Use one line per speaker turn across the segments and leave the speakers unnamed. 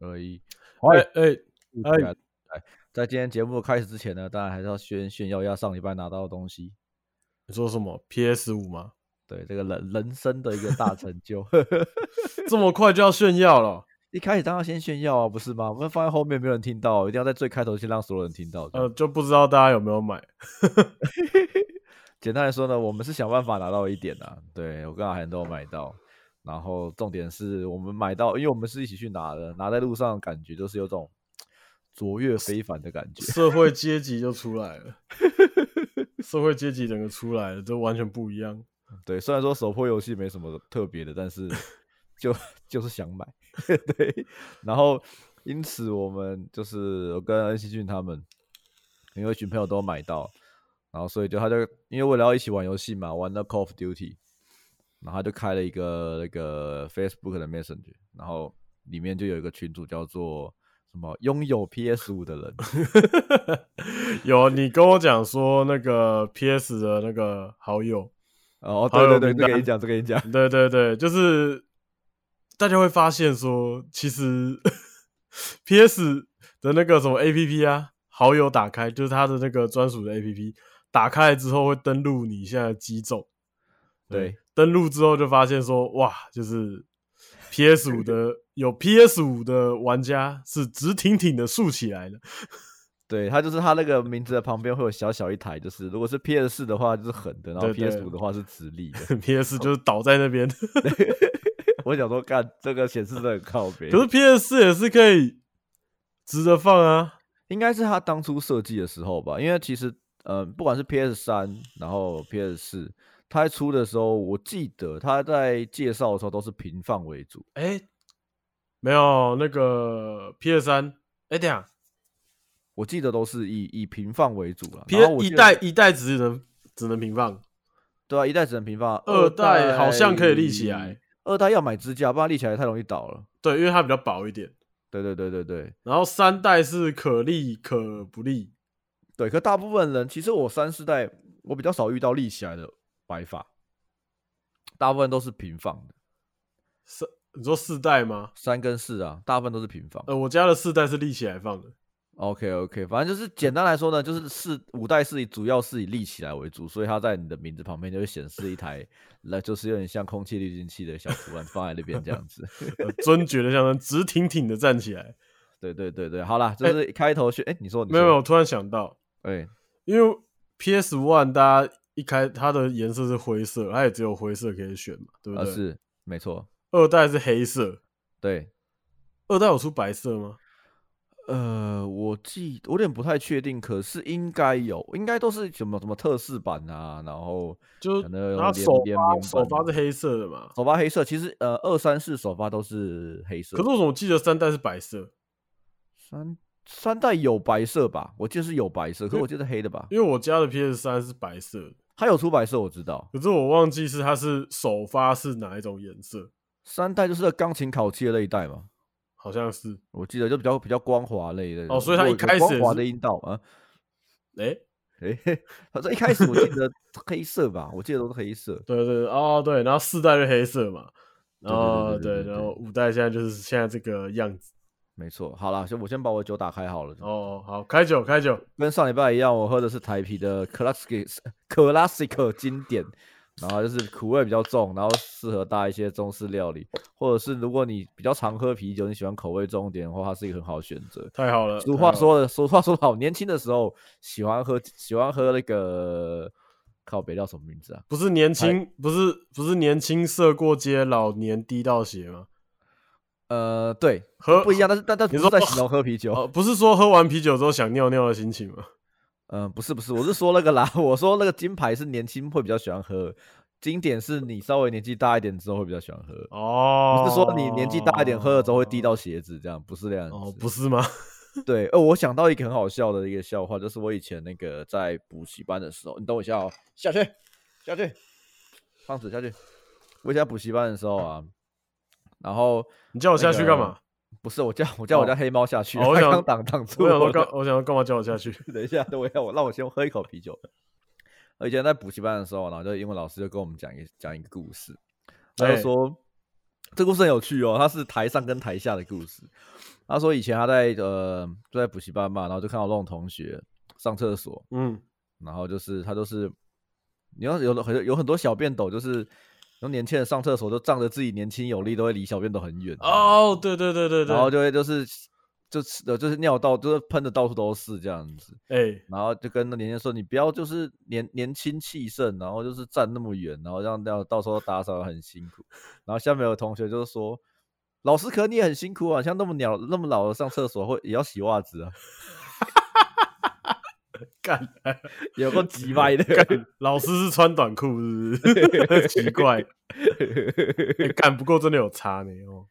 二一，
哎
哎
哎
哎！在今天节目开始之前呢，当然还是要先炫耀一下上礼拜拿到的东西。
你说什么 PS 五吗？
对，这个人人生的一个大成就，
这么快就要炫耀了？
一开始当然先炫耀啊，不是吗？我们放在后面没有人听到，一定要在最开头先让所有人听到。
呃，
呃，
就不知道大家有没有买？
简单来说呢，我们是想办法拿到一点啊。对我跟阿涵都有买到，然后重点是我们买到，因为我们是一起去拿的，拿在路上感觉就是有种卓越非凡的感觉。
社会阶级就出来了，社会阶级整个出来了，这完全不一样。
对，虽然说手破游戏没什么特别的，但是就就是想买， 对。然后因此我们就是我跟恩熙俊他们，因为一群朋友都买到，然后所以就他就因为为了要一起玩游戏嘛，玩到 Call of Duty，然后他就开了一个那个 Facebook 的 Messenger，然后里面就有一个群组叫做什么拥有 PS 五的人，
有你跟我讲说那个 PS 的那个好友，
哦，
好
对
有
对对，
名
这个
单
你讲，这个你讲，
对对对，就是大家会发现说，其实 PS 的那个什么 APP 啊，好友打开就是它的那个专属的 APP，打开了之后会登录你现在的机种。
对，
登录之后就发现说，哇，就是 PS 五的有 PS 五的玩家是直挺挺的竖起来的，
对，它就是它那个名字的旁边会有小小一台，就是如果是 PS 四的话就是横的，然后
对对
PS 五的话是直立的。
PS 就是倒在那边。可
我想说，干这个显示的很靠北。
是 PS 四也是可以直着放啊，
应该是他当初设计的时候吧，因为其实呃，不管是 PS 三，然后 PS 四，它在出的时候，我记得他在介绍的时候都是平放为主。
哎、没有那个 PS 三，哎、等一下
我记得都是以以平放为主了。然后我记
PS 一
得
代一代只能只能平放，
对啊，一代只能平放，
二代
代
好像可以立起来，，
二代要买支架，不然立起来太容易倒了。
对，因为它比较薄一点。
对对对对对，
然后三代是可立可不立，
对，可大部分人其实我三四代我比较少遇到立起来的白发，大部分都是平放的，
三你说四代吗？
三跟四啊，大部分都是平放。
呃，我家的四代是立起来放的，
OK OK，反正就是简单来说呢，就是四五代是以主要是以立起来为主，所以它在你的名字旁边就会显示一台，那就是有点像空气滤净器的小图案放在那边这样子。
呃尊爵的象征，直挺挺的站起来。
对对对对，好啦，这
哎
是开头去，哎、你说你
没有没有，
说
我突然想到，
哎，
因为 PS One 大家一开它的颜色是灰色，它也只有灰色可以选嘛，对不
啊
对？
是没错，
二代是黑色，
对，
二代有出白色吗？
呃，我记我有点不太确定，可是应该有，应该都是什么什么特仕版啊，然后
就
可能有
它
联
首
联
发
名
首
版
发
的
是黑色的嘛，
首发黑色，其实呃二三四首发都是黑色
可是，我怎么记得三代是白色？
三三代有白色吧？我记得是有白色，可
因为
我记得是黑的吧？
因为我家的 PS 三是白色的，
它有出白色，我知道。
可是我忘记是它是首发是哪一种颜色，
三代就是钢琴烤漆的那一代嘛，
好像是。
我记得就比较比较光滑类的
哦所以它一
有有
开始
光
也
滑
是
的阴道啊。
哎、
诶、 嘿反正一开始我记得黑色吧，我记得都是黑色。
对对对哦对，然后四代是黑色嘛，
对对对
然后
对对对
然后五代现在就是现在这个样子。
没错，好啦，先我先把我的酒打开好了。
哦，好，开酒开酒，
跟上礼拜一样，我喝的是台啤的 classic classic 经典，然后就是苦味比较重，然后适合搭一些中式料理，或者是如果你比较常喝啤酒，你喜欢口味重一点的话，它是一个很好的选择。
太好了。
俗
太
话
好
说的，俗话说得好，年轻的时候喜欢喝喜欢喝那个靠北叫什么名字啊？
不是年轻，不是不是年轻色过街，老年低到鞋吗？
呃，对，
喝
不一样，但是但但
你
不是
说
在形容喝啤酒，
哦，不是说喝完啤酒之后想尿尿的心情吗？
嗯、不是不是，我是说那个啦， 我说那个金牌是年轻会比较喜欢喝，经典是你稍微年纪大一点之后会比较喜欢喝。
哦，
不是说你年纪大一点喝了之后会滴到鞋子，这样不是那样子。
哦，不是吗？
对，呃，我想到一个很好笑的一个笑话，就是我以前那个在补习班的时候，你等我一下哦，下去，下去，胖子下去。我以前在补习班的时候啊，然后
你叫我下去干嘛？
不是我叫我叫我家黑猫下去，
哦我
它
想
刚挡挡住
我想说
我
干
了，。
我想说干嘛叫我 下去？
等一下，等我一下，我让我先喝一口啤酒。我以前在补习班的时候，然后就英文老师就跟我们讲一讲一个故事，他
哎
就说、这故事很有趣哦，它是台上跟台下的故事。他说以前他在呃就在补习班嘛，然后就看到那种同学上厕所，
嗯，
然后就是他就是，你要有的很有很多小便斗，就是那年轻人上厕所都仗着自己年轻有力，都会离小便斗很远，
哦，对对对对对，
然后就会就是就是呃就是尿到就是喷的到处都是这样子，
哎，
然后就跟那年轻人说，你不要就是年年轻气盛，然后就是站那么远，然后让到到时候打扫很辛苦，然后下面有同学就说。老师，可你也很辛苦啊，像那么鸟那么老了上厕所会也要洗袜子啊，
干
有个急歪的，
干，老师是穿短裤是不是？ 很奇怪，哎干不过真的有差呢哦。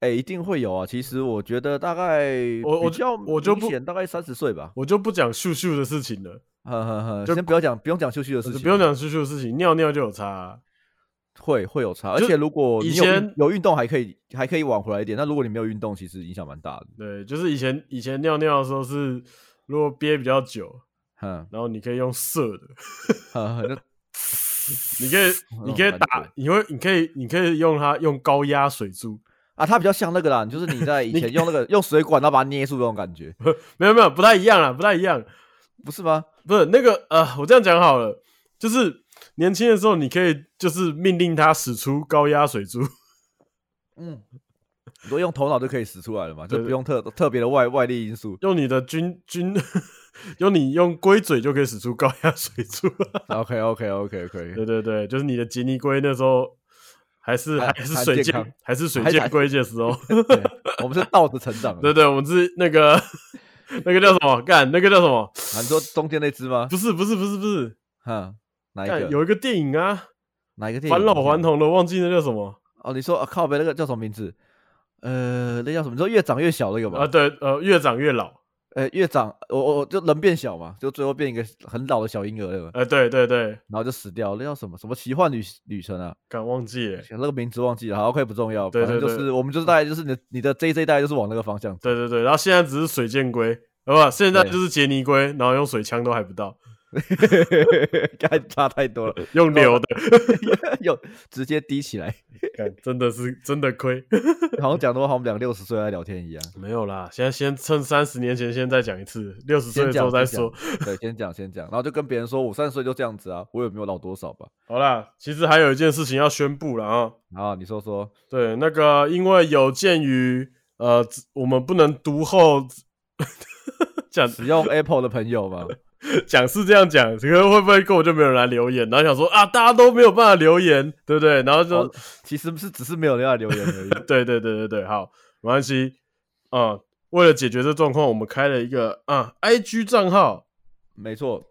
哎、一定会有啊！其实我觉得大概
我我
比
就
较
我就
明
不
显大概三十岁吧。
我就不讲咻咻的事情了，
呵呵呵，
就呃
先不要讲不用讲休息的事
就
情，
不用讲咻咻的事情，尿尿就有差啊。
会会有差。而
就
且如果
以
你有运
前
有运动还可以还可以挽回来一点，那如果你没有运动，其实影响蛮大的。
对，就是以前以前尿尿的时候是，如果憋比较久，
哼，
然后你可以用射的，
呵呵，那
你可以你可以
感
打
觉，
你会你可以你可以用它用高压水柱，
啊，它比较像那个啦，就是你在以前用 那个用水管，然后把它捏住那种感觉，
没有没有不太一样啦，不太一样，
不是吗？
不是那个呃，我这样讲好了，就是年轻的时候你可以就是命令他使出高压水柱，
嗯，你都用头脑就可以使出来了嘛，就
对
不
对。
用特特别的外外力因素
用你的军军， 用你用龟嘴就可以使出高压水柱。
OK OK OK 可以，
对对对，就是你的杰尼龟那时候还是
还
还是
还
水
健
箭
康
还是水
还
箭
还
龟的时候，
对我们是倒着成长的
对。对，我们是那个 那个叫什么干那个叫什么？
啊，你说中间那只吗？
不是不是不是不是，
哼，哪一
干
个？
有一个电影啊，
哪一个电影？
返老
我
还
想
童的，忘记那叫什么
哦，你说、啊、靠北那个叫什么名字？呃，那叫什么？你说越长越小那个
啊？
吗？
对，呃，越长越老，
呃，越长，我我我就人变小嘛，就最后变一个很老的小婴儿那个，
呃，对对对，
然后就死掉。那叫什么？什么奇幻旅旅程啊？
敢忘记了。
那个名字忘记了。好，OK，不重要。
对
反正
对
就
对嗯
是我们就是大概就是你的你的 JJ 大概就是往那个方 向走。
对对对，然后现在只是水箭龟，好吧？现在
对
就是杰尼龟，然后用水枪都还不到，
干差太多了，
用
哦
流的，
又直接低起来，
干真的是真的亏。
好像讲的话，好像我们两个六十岁在聊天一样。
没有啦，现在先趁三十年前先再讲一次，六十岁
先
的时候
讲
再
先
说
讲。对，先讲先讲，然后就跟别人说我三十岁就这样子啊，我有没有老多少吧？
好啦，其实还有一件事情要宣布了啊。
然后你说说，
对，那个因为有鉴于呃，只我们不能读后 讲
使用 Apple 的朋友嘛，
讲是这样讲，这个会不会根本就没有人来留言？然后想说啊，大家都没有办法留言，对不对？然后就、
哦其实是只是没有人要留言而已。
对对对对对，好，没关系。啊、为了解决这状况，我们开了一个啊、IG 账号，
没错，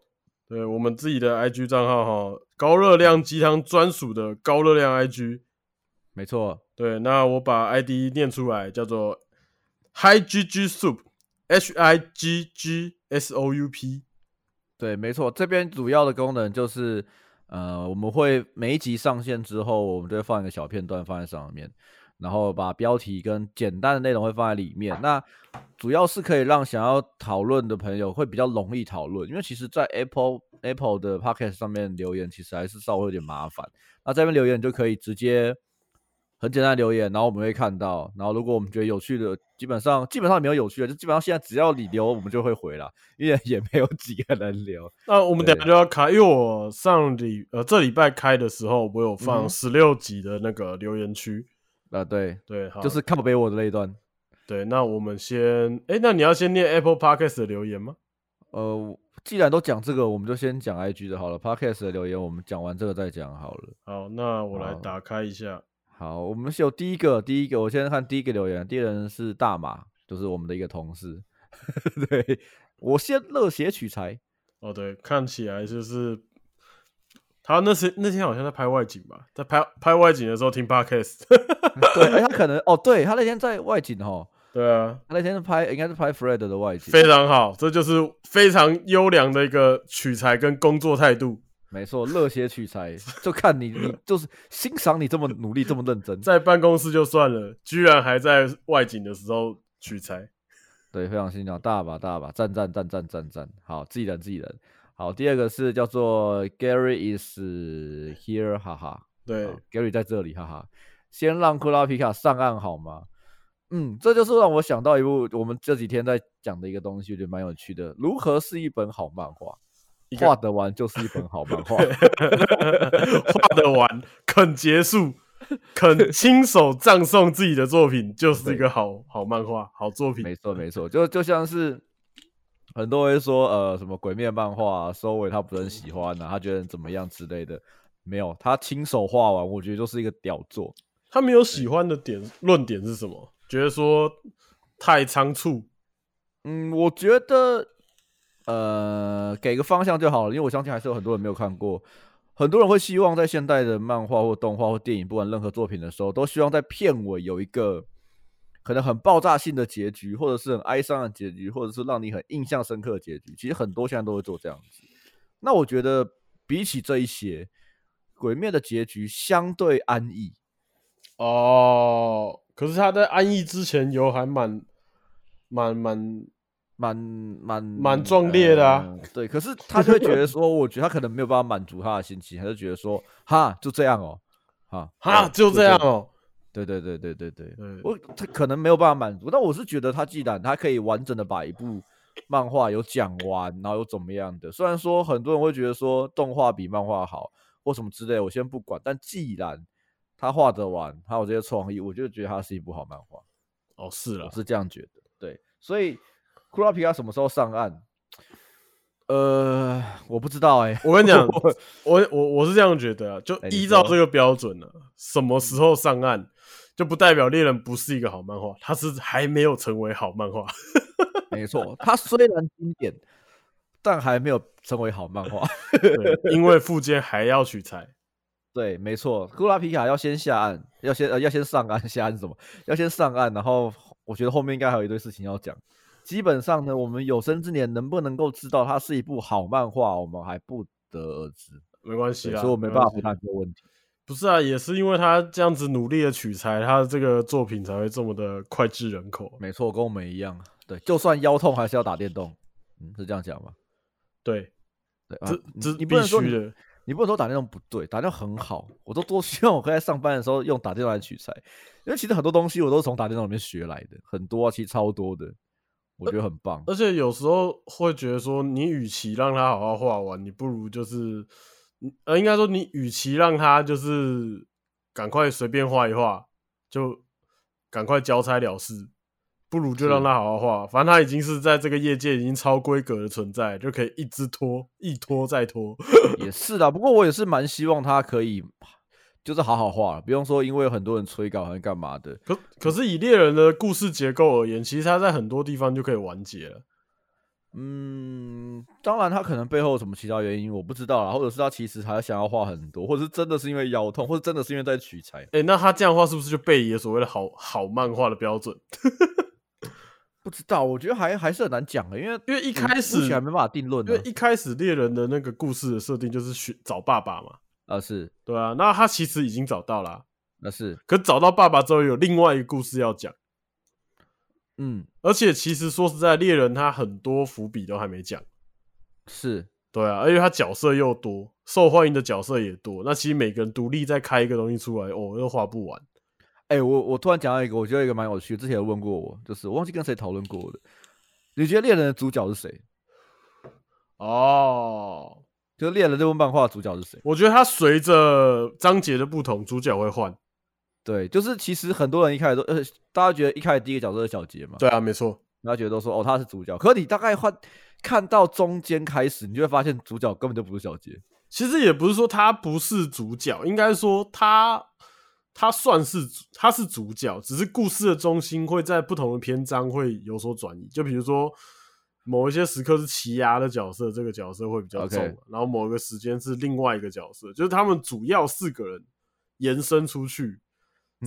对我们自己的 IG 账号哈，高热量鸡汤专属的高热量 IG。
没错，
对，那我把 ID 念出来，叫做 Hi G G Soup H I G G S O U P。
对，没错，这边主要的功能就是，呃，我们会每一集上线之后，我们就会放一个小片段放在上面，然后把标题跟简单的内容会放在里面。那主要是可以让想要讨论的朋友会比较容易讨论，因为其实，在 Apple Apple 的 Podcast 上面留言其实还是稍微有点麻烦。那这边留言就可以直接很简单的留言，然后我们会看到，然后如果我们觉得有趣的，基本上基本上没有有趣的，就基本上现在只要你留，我们就会回了，因为也没有几个人留。
那我们等一
对
下就要开，因为我上礼呃这礼拜开的时候，我有
嗯
放
哼
十六集的那个留言区。
啊，对，
对，好，
就是靠北我的那一段。
对。那我们先，哎，那你要先念 Apple Podcast 的留言吗？
呃，既然都讲这个，我们就先讲 IG 的好了。Podcast 的留言，我们讲完这个再讲好了。
好，那我来
好
打开一下。
好，我们是有第一个，第一个，我先看第一个留言，第一个人是大马，就是我们的一个同事。 对我先热血取材，
哦，对，看起来就是他那时那天好像在拍外景吧，在拍拍外景的时候听 Podcast。
对，哎、他可能哦，对他那天在外景哦，
对啊，
他那天是拍应该是拍 Fred 的外景，
非常好，这就是非常优良的一个取材跟工作态度。
没错，热血取材，就看你你就是欣赏你这么努力，这么认真，
在办公室就算了，居然还在外景的时候取材。
对，非常欣赏，大把大把，赞赞赞赞赞赞，好，自己人自己人。好，第二个是叫做 Gary is here，哈哈，
对，
好，Gary 在这里，哈哈。先让库拉皮卡上岸好吗？嗯，这就是让我想到一部我们这几天在讲的一个东西，我觉得蛮有趣的。如何是一本好漫画？
一个
画得完就是一本好漫 画。
画得完，肯结束，肯亲手葬送自己的作品，就是一个好好漫画、好作品。
没错，没错，就就像是很多人会说，呃，什么鬼面漫画、啊、收尾他不是很喜欢啊，他觉得怎么样之类的。没有，他亲手画完，我觉得就是一个屌作。
他没有喜欢的点论点是什么？觉得说太仓促，
嗯，我觉得，呃，给个方向就好了，因为我相信还是有很多人没有看过，很多人会希望在现代的漫画或动画或电影，不管任何作品的时候，都希望在片尾有一个可能很爆炸性的结局，或者是很哀伤的结局，或者是让你很印象深刻的结局。其实很多现在都会做这样子。那我觉得，比起这一些，《鬼灭》的结局相对安逸，
哦，可是他在安逸之前有还蛮蛮蛮
蛮蛮
蛮壮烈的啊
呃对，可是他就会觉得说， 我觉得他可能没有办法满足他的心情，他就觉得说，哈，就这样哦，哈
哈，就这样，哦。
对对对对对对对，
对，
我他可能没有办法满足，但我是觉得他既然他可以完整的把一部漫画有讲完，然后又怎么样的，虽然说很多人会觉得说动画比漫画好或什么之类，我先不管，但既然他画得完，他有这些创意，我就觉得他是一部好漫画。
哦是了
我，是这样觉得。对，所以库拉皮卡什么时候上岸？呃，我不知道哎、
我跟你 讲，我我我是这样觉得啊，就
哎你
依照
说嗯
这个标准呢、什么时候上岸，就不代表猎人不是一个好漫画，他是还没有成为好漫画。
没错，它虽然经典，但还没有成为好漫画。
对，因为富坚还要取材，
对，没错，库拉皮卡要先下岸，要先呃要先上岸， 下岸是什么？要先上岸，然后我觉得后面应该还有一堆事情要讲。基本上呢，我们有生之年能不能够知道它是一部好漫画，我们还不得而知，
没关系
对
啦，
所以我没办法
关
回
系
答这个问题。
不是啊，也是因为他这样子努力的取材，他的这个作品才会这么的脍炙人口。
没错，跟我们一样。啊对，就算腰痛还是要打电动。嗯，是这样讲吗？
对，
对，啊
这、
你
这
你不
必
能说
须
你
的。
你不能说打电动不对，打电动很好。我都多希望我可以在上班的时候用打电动来取材，因为其实很多东西我都是从打电动里面学来的，很多、啊、其实超多的，我觉得很棒。
而且有时候会觉得说，你与其让他好好画完，你不如就是，呃，应该说你与其让他就是赶快随便画一画，就赶快交差了事，不如就是让他好好画。反正他已经是在这个业界已经超规格的存在，就可以一直拖，一拖再拖。
也是啦，不过我也是蛮希望他可以，就是好好画，不用说因为很多人催稿还是干嘛的，
可可是以猎人的故事结构而言，其实它在很多地方就可以完结了。
嗯，当然他可能背后有什么其他原因我不知道啦，或者是他其实还想要画很多，或者是真的是因为腰痛，或者真的是因为在取材，
哎、那他这样的话是不是就背离了所谓的好好漫画的标准？
不知道，我觉得还还是很难讲的，因为
因为一
我们
开始
目前还没办法定论
因
呢
为。一开始猎人的那个故事的设定就是寻找爸爸嘛，
啊，是，
对啊，那他其实已经找到了啊、
那是，
可找到爸爸之后有另外一个故事要讲，
嗯，
而且其实说实在，猎人他很多伏笔都还没讲，
是，
对啊，而且他角色又多，受欢迎的角色也多，那其实每个人独立再开一个东西出来，哦，又画不完。
哎、我我突然讲到一个，我觉得一个蛮有趣的，之前有问过我，就是我忘记跟谁讨论过的，你觉得猎人的主角是谁？
哦，
就是猎人这部漫画的主角是谁？
我觉得它随着章节的不同，主角会换。
对，就是其实很多人一开始都，呃，大家觉得一开始第一个角色是小杰嘛，
对啊，没错，
大家觉得都说哦他是主角，可你大概换看到中间开始，你就会发现主角根本就不是小杰，
其实也不是说他不是主角，应该说他他算是主他是主角，只是故事的中心会在不同的篇章会有所转移。就比如说某一些时刻是奇牙的角色，这个角色会比较重
OK
然后某一个时间是另外一个角色，就是他们主要四个人延伸出去，
嗯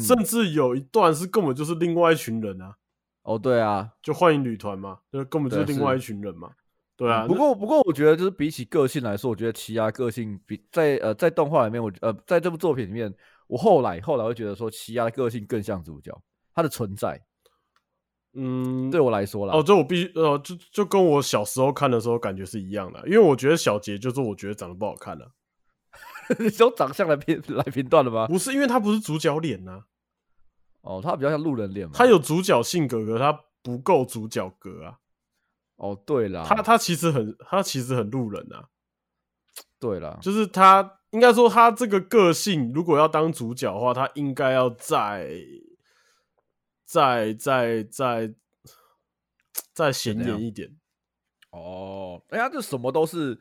甚至有一段是根本就是另外一群人啊。
哦对啊，
就幻影旅团嘛，就是根本就是
对嗯
另外一群人嘛。对啊，
不
那
过不过我觉得就是比起个性来说，我觉得奇亚个性比在呃在动画里面，我呃在这部作品里面，我后来后来会觉得说奇亚的个性更像主角，他的存在
嗯，
对我来说啦，
哦，这我必须哦，就就跟我小时候看的时候感觉是一样的，啊因为我觉得小杰就是我觉得长得不好看啊了、
你是用长相来评来评断的吗？
不是因为他不是主角脸呐、
哦，他比较像路人恋嘛。
啊他有主角性格，可是他不够主角格啊。
哦，对啦，
他他其实很他其实很路人啊，
对啦，
就是他应该说他这个个性，如果要当主角的话，他应该要在再再再再显眼一点。
哦，哎、呀，就什么都是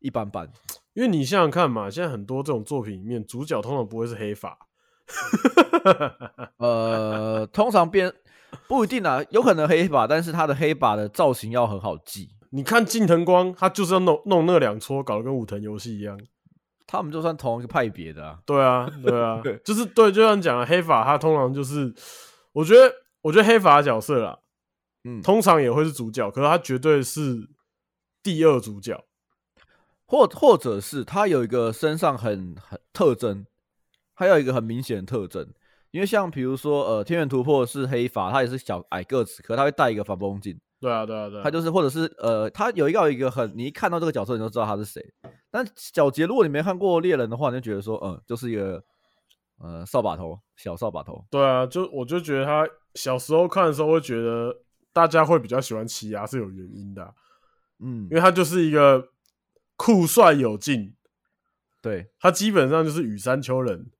一般 般。
因为你想想看嘛，现在很多这种作品里面，主角通常不会是黑发，啊
呃，通常变不一定啊，有可能黑发，但是他的黑发的造型要很好记。
你看近藤光，他就是要弄弄那两撮，搞得跟武藤游戏一样。
他们就算同一个派别的啊，
对啊，对啊，就是对，就像你讲的黑发，他通常就是，我觉得，我觉得黑发的角色啦，
嗯，
通常也会是主角，可是他绝对是第二主角。
或或者是他有一个身上很很特征，还有一个很明显的特征，因为像比如说呃，天元突破是黑发，他也是小矮个子，可他会戴一个反光镜，
对啊，对啊，对啊，
他就是或者是呃，他有一个有一个很，你一看到这个角色你就知道他是谁。但小杰，如果你没看过猎人的话，你就觉得说，嗯、就是一个呃扫把头，小扫把头，
对啊，就我就觉得他小时候看的时候会觉得大家会比较喜欢奇牙是有原因的啊、
嗯
因，为他就是一个酷帅有劲，
对，
他基本上就是羽山丘人，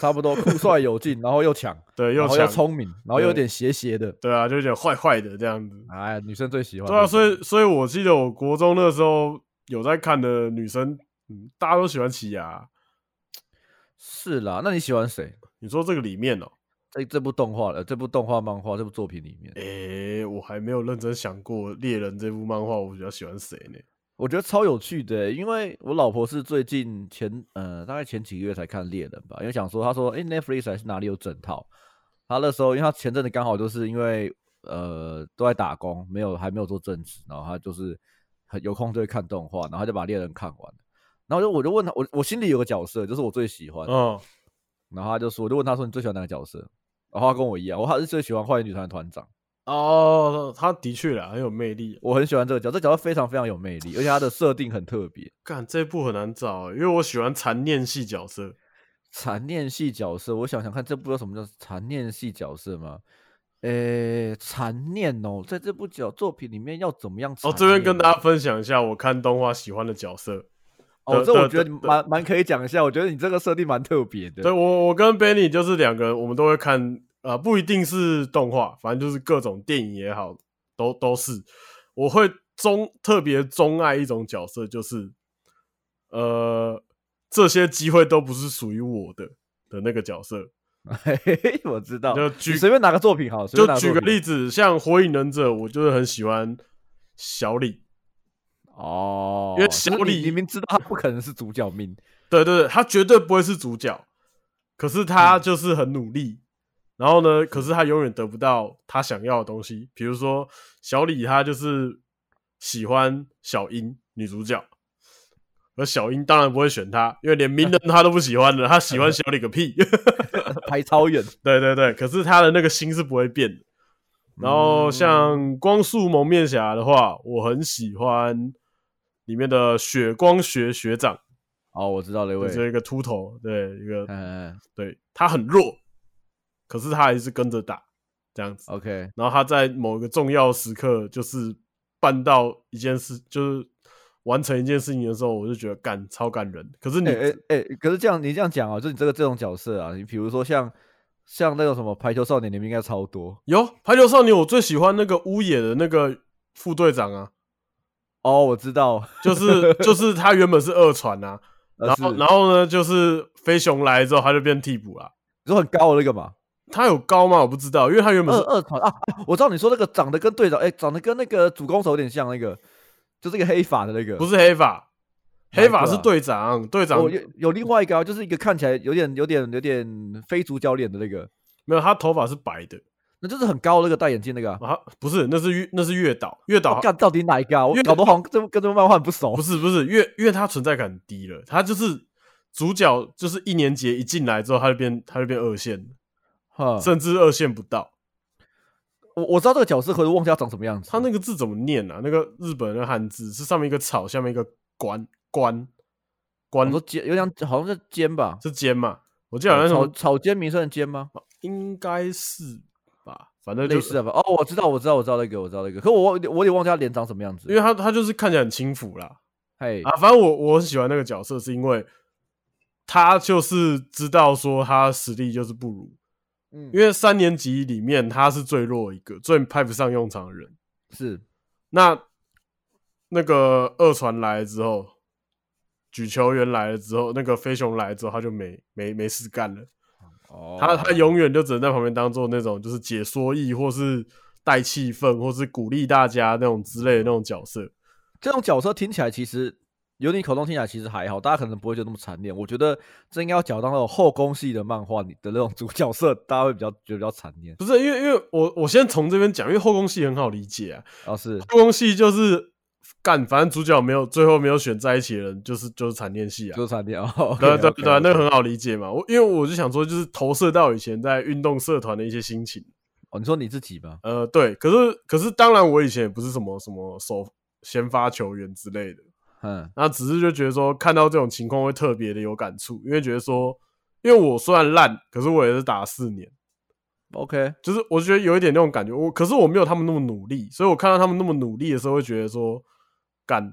差不多酷帅有劲，然后又强，
对，
然
又
后又
强，
聪明，然后又有
对
点邪邪的，
对啊，就有点坏坏的这样子。
哎，女生最喜欢这
对
种。
啊，所以所以我记得我国中那时候有在看的女生，嗯，大家都喜欢奇牙。
是啦，那你喜欢谁？
你说这个里面哦，
在这部动画呃，这部动画、漫画、这部作品里面，
诶、我还没有认真想过《猎人》这部漫画，我比较喜欢谁呢？
我觉得超有趣的欸、因为我老婆是最近前呃大概前几个月才看《猎人》吧，因为想说她说哎、诶 Netflix 还是哪里有整套，她那时候因为她前阵子刚好就是因为呃都在打工，没有还没有做正职，然后她就是很有空就会看动画，然后她就把《猎人》看完了，然后就我就问她，我我心里有个角色就是我最喜欢的，
哦，
然后她就说我就问她说你最喜欢哪个角色，然后她跟我一样，我还是最喜欢坏女团的团长。
哦，他的确啦，很有魅力。
我很喜欢这个角色，这角色非常非常有魅力，而且它的设定很特别。
干这部很难找、欸因为我喜欢残念系角色。
残念系角色，我想想看，这部有什么叫残念系角色吗？诶，残念哦，在这部角作品里面要怎么样残念
哦，
呢？
这边跟大家分享一下我看动画喜欢的角色。
哦，
的
这我
的
觉得
的
你蛮蛮可以讲一下，我觉得你这个设定蛮特别的。
对我，我跟 Benny 就是两个人，我们都会看，呃，不一定是动画，反正就是各种电影也好，都都是。我会钟特别钟爱一种角色，就是呃，这些机会都不是属于我的的那个角色。
嘿嘿嘿，我知道。
就
你
举
随便拿个作品好，随
就
便拿
举个例
子
子，像《火影忍者》，我就是很喜欢小李，
哦，
因为
就是
小
你
李
你明知道他不可能是主角命，
对对对，他绝对不会是主角，可是他就是很努力。然后呢，可是他永远得不到他想要的东西。比如说小李，他就是喜欢小樱女主角，而小樱当然不会选他，因为连鸣人他都不喜欢的，他喜欢小李个屁。
排超远。
对对对，可是他的那个心是不会变的。然后像光速蒙面侠的话，我很喜欢里面的雪光学学长，
哦，我知道那
就
位。
是一个秃头，对一个
嗯嗯
对他很弱，可是他还是跟着打这样子。
，OK，
然后他在某个重要时刻，就是办到一件事，就是完成一件事情的时候，我就觉得干超感人。可是你、
哎哎哎，可是这样你这样讲啊，就你这个这种角色啊，你比如说像像那种什么排球少年，你们应该超多
有排球少年，我最喜欢那个乌野的那个副队长啊，
哦。我知道，呃
就是 就是他原本是二传啊，然后然
后
后呢，就是飞熊来之后他就变替补啦。
你说很高的那个嘛，
他有高吗？我不知道，因为他原
二
本是
二团啊，啊我知道你说那个长得跟队长，哎，长得跟那个主攻手有点像，那个就是一个黑发的那个，
不
是
是黑发，
哪一
黑
个啊哦
发是队长，队长
有有另外一个啊，就是一个看起来有点有点有点非主教练的那个，
没有他头发是白的。
那就是很高的那个戴眼镜那个啊。
啊，不是，那是月，那是月岛，月岛
我干、到底哪一个啊？我
因为
搞得好像跟这部跟这部漫画很不熟
不。是不是月，因为它存在感很低了，它就是主角，就是一年级一进来之后，他就变，他就变二线，
哈，
甚至二线不到。
我我知道这个角色，可是我忘记他长什么样子。
他那个字怎么念啊？那个日本的汉字是上面一个草，下面一个官官官
我说肩有点像好像是肩吧，
是尖嘛？我记得好像
哦呃草
什么
草间弥生的间吗？
应该是吧，反正
类
就
似
是，
的吧？哦，我知道，我知道，我知道那个，我知道那个，可我忘我也忘记他脸长什么样子。
因为他他就是看起来很轻浮啦，
嘿，
啊，反正我我很喜欢那个角色，是因为他就是知道说他实力就是不如，
嗯
因为三年级里面他是最弱一个，最派不上用场的人。
是
那那个二传来了之后，举球员来了之后，那个飞熊来了之后，他就没没没事干了。
哦，
他他永远就只能在旁边当做那种就是解说役，或是带气氛，或是鼓励大家那种之类的那种角色。
这种角色听起来其实由你口中听起来其实还好，大家可能不会觉得那么惨烈。我觉得这应该要讲到那种后宫系的漫画里的那种主 角色，大家会比较觉得比较惨烈。
不是因为因为我我先从这边讲，因为后宫戏很好理解啊，
然后哦是
后宫戏就是干，反正主角没有最后没有选在一起的人，就是就是惨恋戏啊，
就是惨烈哦，
对
OK，
对
OK，
对啊，那个
OK
很好理解嘛。我因为我就想说，就是投射到以前在运动社团的一些心情。
哦，你说你自己吧，
呃，对，可是可是当然，我以前也不是什么什么首先发球员之类的，
嗯，
那只是就觉得说看到这种情况会特别的有感触，因为觉得说，因为我虽然烂，可是我也是打四年，
OK，
就是我觉得有一点那种感觉。我可是我没有他们那么努力，所以我看到他们那么努力的时候，会觉得说，干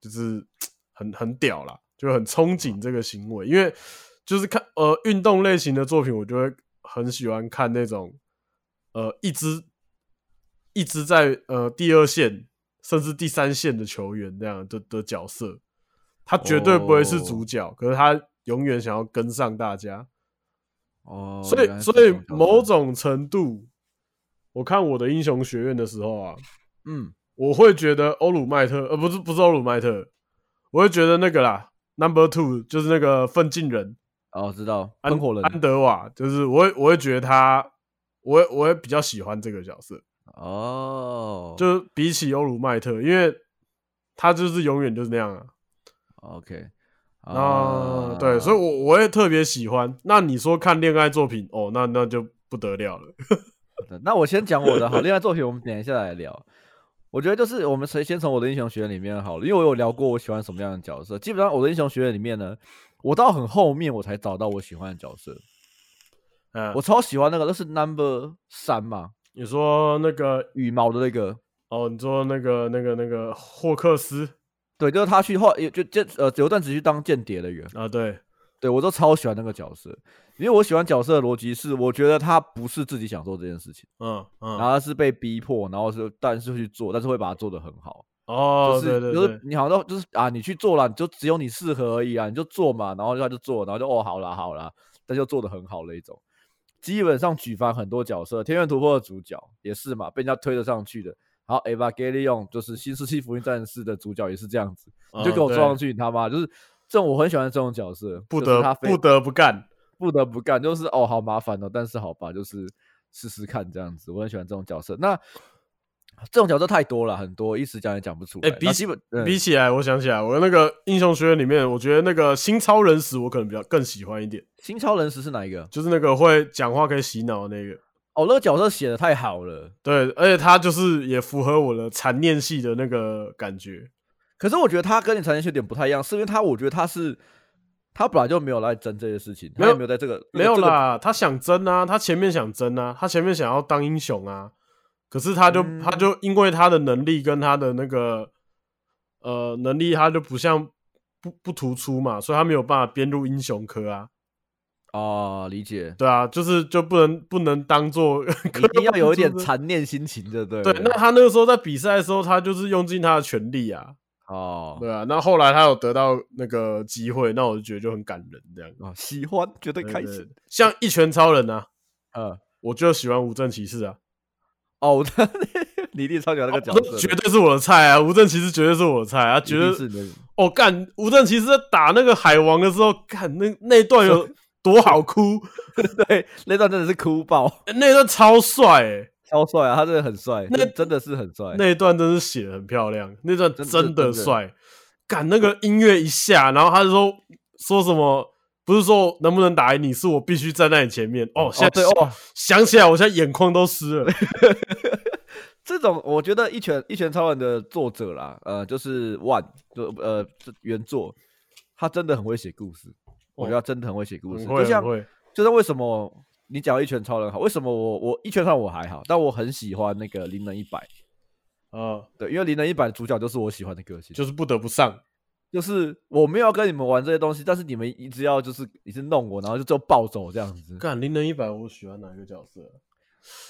就是很很屌啦，就很憧憬这个行为。因为就是看呃运动类型的作品，我就会很喜欢看那种呃一支一支在呃第二线甚至第三线的球员这样的的角色，他绝对不会是主角，可是他永远想要跟上大家。
哦，
所
原
以，
来是
所以
这角色
某种程度，我看我的英雄学院的时候啊，
嗯，
我会觉得欧鲁麦特，呃，不是不是欧鲁麦特，我会觉得那个啦，Number Two 就是那个奋进人
哦，知道
安
喷火人
安德瓦，就是我会我会觉得他，我会我会比较喜欢这个角色，
哦，
就是比起欧鲁麦特，因为他就是永远就是那样啊。
OK
啊，对，所以我我会特别喜欢。那你说看恋爱作品，哦，那那就不得了了。
好的那我先讲我的好，恋爱作品我们等一下来聊。我觉得就是我们谁先从我的英雄学院里面好了，因为我有聊过我喜欢什么样的角色。基本上我的英雄学院里面呢，我到很后面我才找到我喜欢的角色。
嗯，
我超喜欢那个，那是 Number 三嘛，
你说那个
羽毛的那个。
哦，你说那个那个那个霍克斯
对，就是他去后也就间呃有段时间去当间谍的人，
啊，对，
对我都超喜欢那个角色，因为我喜欢角色的逻辑是，我觉得他不是自己想做这件事情，
嗯嗯，
然后他是被逼迫，然后是但是去做，但是会把它做得很好。
哦，
就是
对对
就是
对，
你好像都就是啊，你去做了，你就只有你适合而已啊，你就做嘛，然后他就做，然后就哦，好啦好啦，但就做的很好那一种。基本上举凡很多角色，《天元突破》的主角也是嘛，被人家推得上去的。然后《Evangelion》就是《新世纪福音战士》的主角也是这样子，你就
嗯
给我
对
撞上去，你他妈就是这种我很喜欢这种角色，
不
就是他
得
非
不得不干，
不得不干，就是哦，好麻烦哦，但是好吧，就是试试看这样子。我很喜欢这种角色。那这种角色太多了，很多，一时讲也讲不出来。
哎比
那
起
基本、嗯
比起来，我想起来，我那个英雄学院里面，我觉得那个新超人史我可能比较更喜欢一点，
新超人时是哪一个？
就是那个会讲话可以洗脑的那个，
哦，那个角色写的太好了。
对，而且他就是也符合我的残念系的那个感觉，
可是我觉得他跟你常见有点不太一样，是因为他我觉得他是他本来就没有来争这些事情，他
没有
也没有在这个
没有。
呃这个
啦，他想争啊，他前面想争啊，他前面想要当英雄啊，可是他就、
嗯
他就因为他的能力跟他的那个呃能力，他就不像不不突出嘛，所以他没有办法编入英雄科啊，
哦，理 解，
对啊，就是就不能不能当做
一定要有一点
科
残念心情的，对
班
对
对，那他那个时候在比赛的时候，他就是用尽他的全力啊，
哦
对啊，那后来他有得到那个机会，那我就觉得就很感人这样，
哦，喜欢觉得
对
开
对
心，
像一拳超人啊，
嗯，
我就喜欢无证骑士啊。
哦，我 你一定超喜欢那个角
那
色的，
啊绝对哦是我的菜啊！无证骑士绝对是我的菜啊！觉
一定
得
是你的
哦，干无证骑士在打那个海王的时候，干那那 段有多好哭，
对，那段真的是哭爆，
那段超帅、欸，
超帅啊，他真的很帅，
那
那真的是很帅，
那段真是写的很漂亮，那段
真的
真的
真的
帅。干那个音乐一下，然后他就说说什么？不是说能不能打赢你，是我必须站在你前面。哦，现在
对哦
想想起来，我现在眼眶都湿了。
这种我觉得《一拳一拳超人》的作者啦，呃，就是 One，就呃这原作，他真的很会写故事，我觉得他真的很会写故事，
哦很
就
会
像
很会，
就像为什么你讲到一拳超人好，为什么我我一拳超人我还好，但我很喜欢那个灵能一百，
啊，
对，因为灵能一百主角就是我喜欢的个性，
就是不得不上。
就是我没有要跟你们玩这些东西，但是你们一直要就是一直弄我，然后就就暴走这样子。
干零能一百，我喜欢哪一个角
呃
色啊？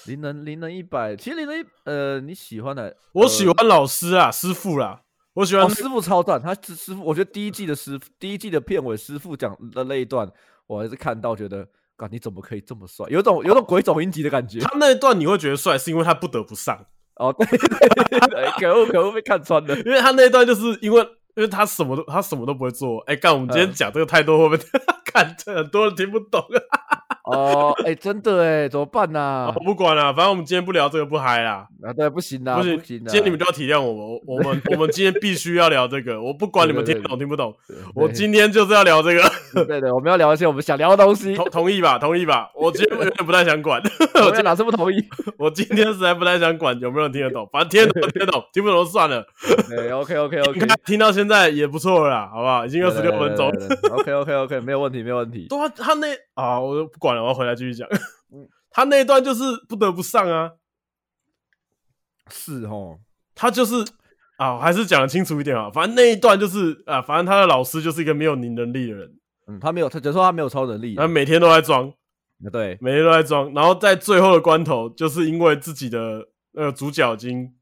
灵能灵能一百，其实灵能一呃你喜欢的，
我喜欢老师啊，师傅啦，我喜欢
哦，师傅超赞，他师师傅，我觉得第一季的师傅，第一季的片尾师傅讲的那一段，我还是看到觉得，God，你怎么可以这么帅？有种有种鬼冢英吉的感觉。
他那一段你会觉得帅，是因为他不得不上，
哦，对，对对对可恶可恶，被看穿了。
因为他那一段就是因为因为他什么都他什么都不会做。哎、干，我们今天
嗯
讲这个太多，会不 会看这很多人听不懂啊？
哦，哎、真的哎，怎么办呢、啊
我？不管了、反正我们今天不聊这个不嗨啦，
对，啊不行啦，
不
行
行，
啦，
今天你们就要体谅我们，我我们我们今天必须要聊这个，我不管你们
对
听
对
懂听不懂，
对
我今天就是要聊这个，
对对对，我们要聊一些我们想聊的东西。
同同意吧，同意吧，我今天有点不太想管。
我们哪次不同意？
我今天实在不太想管有没有人听得懂，反正听得懂听得懂，听不懂就算了。
对，OK OK
你
OK，
看听到现在也不错了啦，好不好？已经二十六分钟。
OK OK OK，没有问题没有问题。
对啊，他那啊，我就不管了，我要回来继续讲。他那一段就是不得不上啊，
是哦，
他就是啊，我还是讲的清楚一点啊。反正那一段就是啊，反正他的老师就是一个没有你能力的人，
嗯，他没有，他只是说他没有超能力啊
他。每天都在装，
对，
每天都在装，然后在最后的关头，就是因为自己的呃主角已经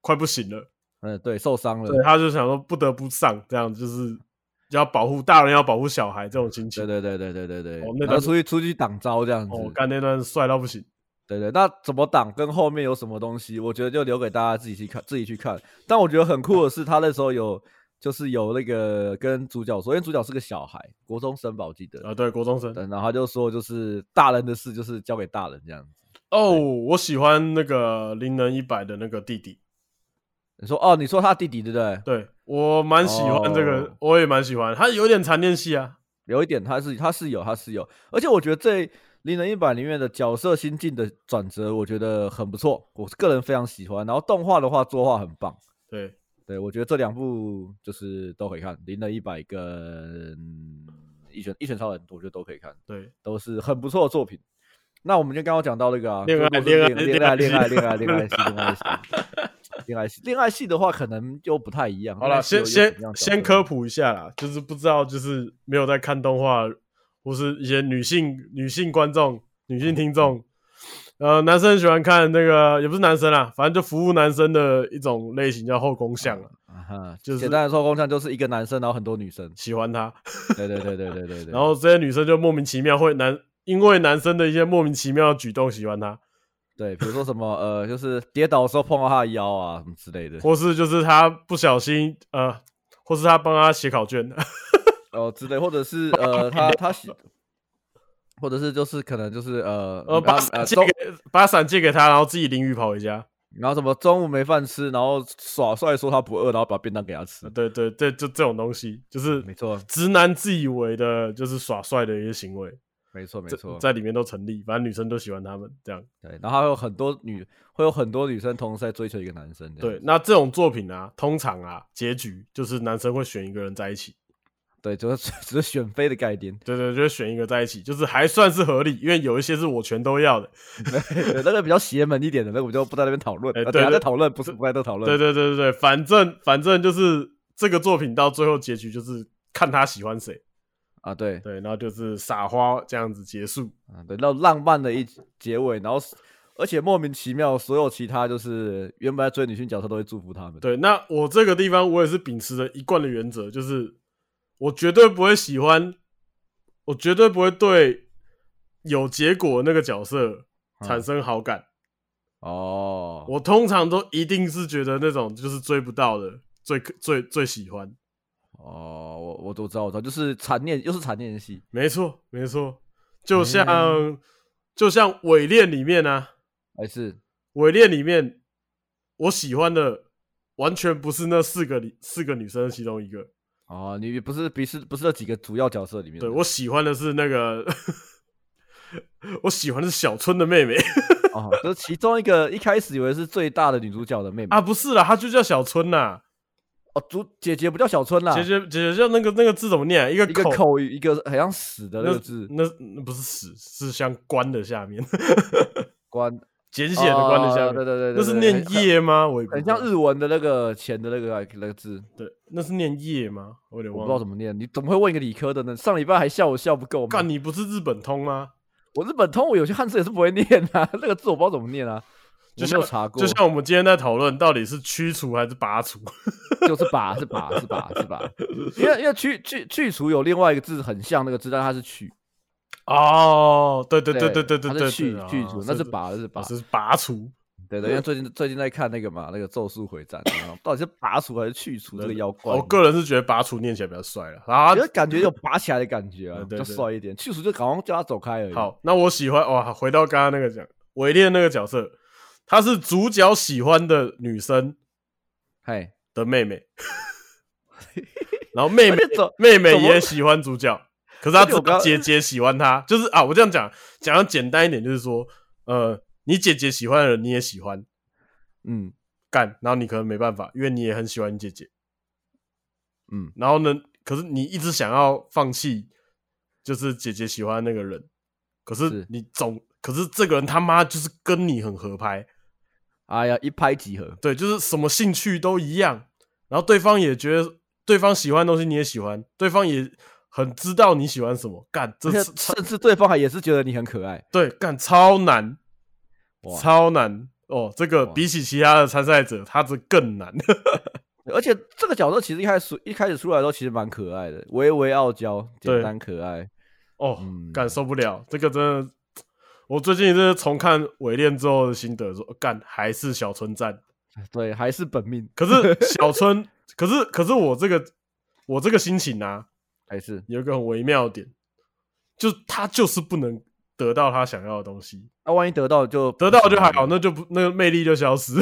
快不行了。
嗯，对，受伤了。
对，他就想说不得不上，这样就是要保护大人，要保护小孩这种心情
对。对对对对对对，
哦那
然后
段
出去出去挡招这样子，
哦，干那段帅到不行，
对对，那怎么挡跟后面有什么东西，我觉得就留给大家自己去看，自己去看。但我觉得很酷的是，他那时候有就是有那个跟主角说，因为主角是个小孩，国中生吧，我记得，嗯
啊！对，国中生。
对然后他就说就是大人的事就是交给大人这样子。
哦，我喜欢那个灵能一百的那个弟弟，
你说哦，你说他弟弟对不对？
对我蛮喜欢这个，
哦
我也蛮喜欢。他有点残念系啊，
有一点他是他是有他是有，而且我觉得这《零人一版》里面的角色心境的转折，我觉得很不错，我个人非常喜欢。然后动画的话，作画很棒。
对，
对，我觉得这两部就是都可以看，《零的一百》跟《一拳一拳超人》，我觉得都可以看，
对，
都是很不错的作品。那我们就刚刚讲到那个啊，
恋爱
如果是
恋爱
恋爱
恋
恋
爱
爱恋爱恋爱系恋爱系恋爱系恋爱系的话，可能就不太一样。
好
恋爱
了，
系有
先
有
先
什么样的角
先
色
科普一下啦，就是不知道，就是没有在看动画，或是一些女性女性观众、女性听众，呃，男生喜欢看那个，也不是男生啦，反正就服务男生的一种类型叫后宫向啊，
啊哈，
就是。
简单的说，工匠就是一个男生，然后很多女生
喜欢他，
对对对对对对对。
然后这些女生就莫名其妙会男，因为男生的一些莫名其妙的举动喜欢他，
对，比如说什么呃，就是跌倒的时候碰到他的腰啊，什么之类的。
或是就是他不小心呃，或是他帮他写考卷，
哦之类，或者是呃，他他喜，或者是就是可能就是呃
呃， 把
然后
伞
呃
借
中
给把伞借给他，然后自己淋雨跑回家，
然后什么中午没饭吃，然后耍帅说他不饿，然后把便当给他吃。
对对对，就这种东西就是。
嗯没错，
直男自以为的，就是耍帅的一些行为，
没错，没
这
错。
在里面都成立。反正女生都喜欢他们这样。
对，然后还有很多女，会有很多女生同时在追求一个男生。
对，，那这种作品啊，通常啊，结局就是男生会选一个人在一起，
对，就是 只是选妃的概念。
对对，就会选一个在一起，就是还算是合理，因为有一些是我全都要的。
对，那个比较邪门一点的，那个我们就不在那边讨论。
哎
啊
对
等下
对
再讨论，不是不在这讨论。
对对对对对，反正反正就是这个作品到最后结局就是看他喜欢谁，
啊，对，
对，然后就是撒花这样子结束。
啊，对，那种浪漫的一结尾，然后是而且莫名其妙，所有其他就是原本在追女性角色都会祝福他们。
对，那我这个地方我也是秉持着一贯的原则，就是我绝对不会喜欢，我绝对不会对有结果那个角色产生好感。
哦，
我通常都一定是觉得那种就是追不到的最最最喜欢。
哦，我我都知道，我知道，就是残念，又是残念系。
没错，没错，就像、
嗯
就像《伪恋》里面啊，
还是
《伪恋》里面我喜欢的完全不是那四个里四个女生的其中一个。
哦，你不是不是不是那几个主要角色里面的？
对我喜欢的是那个，我喜欢的是小春的妹 妹
哦，就是
啊
其中一个一开始以为是最大的女主角的妹妹
啊，不是啦，她就叫小春呐、
哦，主姐姐不叫小春啦，
姐姐姐姐叫那个那个字怎么念啊？一个
啊一个口语，一个好像死的那个字，
那那不是死，是像官的下面，
关
简写的官的下
啊对对对
面，
对，
那是
对
念，叶吗？我也不
很很
知道
像日文的那个钱的那个那个字，
对，那是念叶吗？我有点
我不
忘
知道
了。
怎么念，你怎么会问一个理科的呢？上礼拜还笑我笑不够吗
干，？你不是日本通吗？
我日本通，我有些汉字也是不会念啊，那个字我不知道怎么念啊，我
就
没
像
有查过，
就像我们今天在讨论到底是驱除还是拔除，
就是把是把是把是把，因为因为去去去除有另外一个字很像那个字，但它是去，
哦，对对对对对对
它是
对，
去
对
去除，那是，
啊
把那是把
啊，是拔除，
对对，因为最近最近在看那个嘛，那个《咒术回战》然后到底是拔除还是去除这个妖怪？
我个人是觉得拔除念起来比较帅了啊
觉。得感觉有拔起来的感觉啊，比
对对
较
对
帅一点。去除就好像叫他走开而已。，
好，那我喜欢哇，回到刚刚那个讲伪恋那个角色，她是主角喜欢的女生
嘿，
的妹 妹，然后妹妹
而且走
妹妹
哎怎么
也喜欢主角，可是她
而且
只
我刚
有姐姐喜欢她，就是啊，我这样讲讲的简单一点，就是说，呃，你姐姐喜欢的人你也喜欢，
嗯
干，然后你可能没办法，因为你也很喜欢你姐姐。
嗯，
然后呢，可是你一直想要放弃，就是姐姐喜欢那个人，可是
是
你总，可是这个人他妈就是跟你很合拍，
哎呀，一拍即合。
对，就是什么兴趣都一样，然后对方也觉得对方喜欢的东西你也喜欢，对方也很知道你喜欢什么，干，这
而且
是超
甚至对方还也是觉得你很可爱，
对，干超难，
哇
超难哦，这个
哇
比起其他的参赛者，他这更难。
而且这个角色其实一开始一开始出来的时候其实蛮可爱的，微微傲娇，
对
简单可爱。
哦，
嗯
感受不了，这个真的，我最近就是重看《伪恋》之后的心得说，呃干还是小春赞。
对，还是本命，
可 是小春，可是可是我这个我这个心情啊，
还是
有一个很微妙的点，就他就是不能得到他想要的东西，
那、万一得到就
得到就还好，
不行了
那就不那个魅力就消失，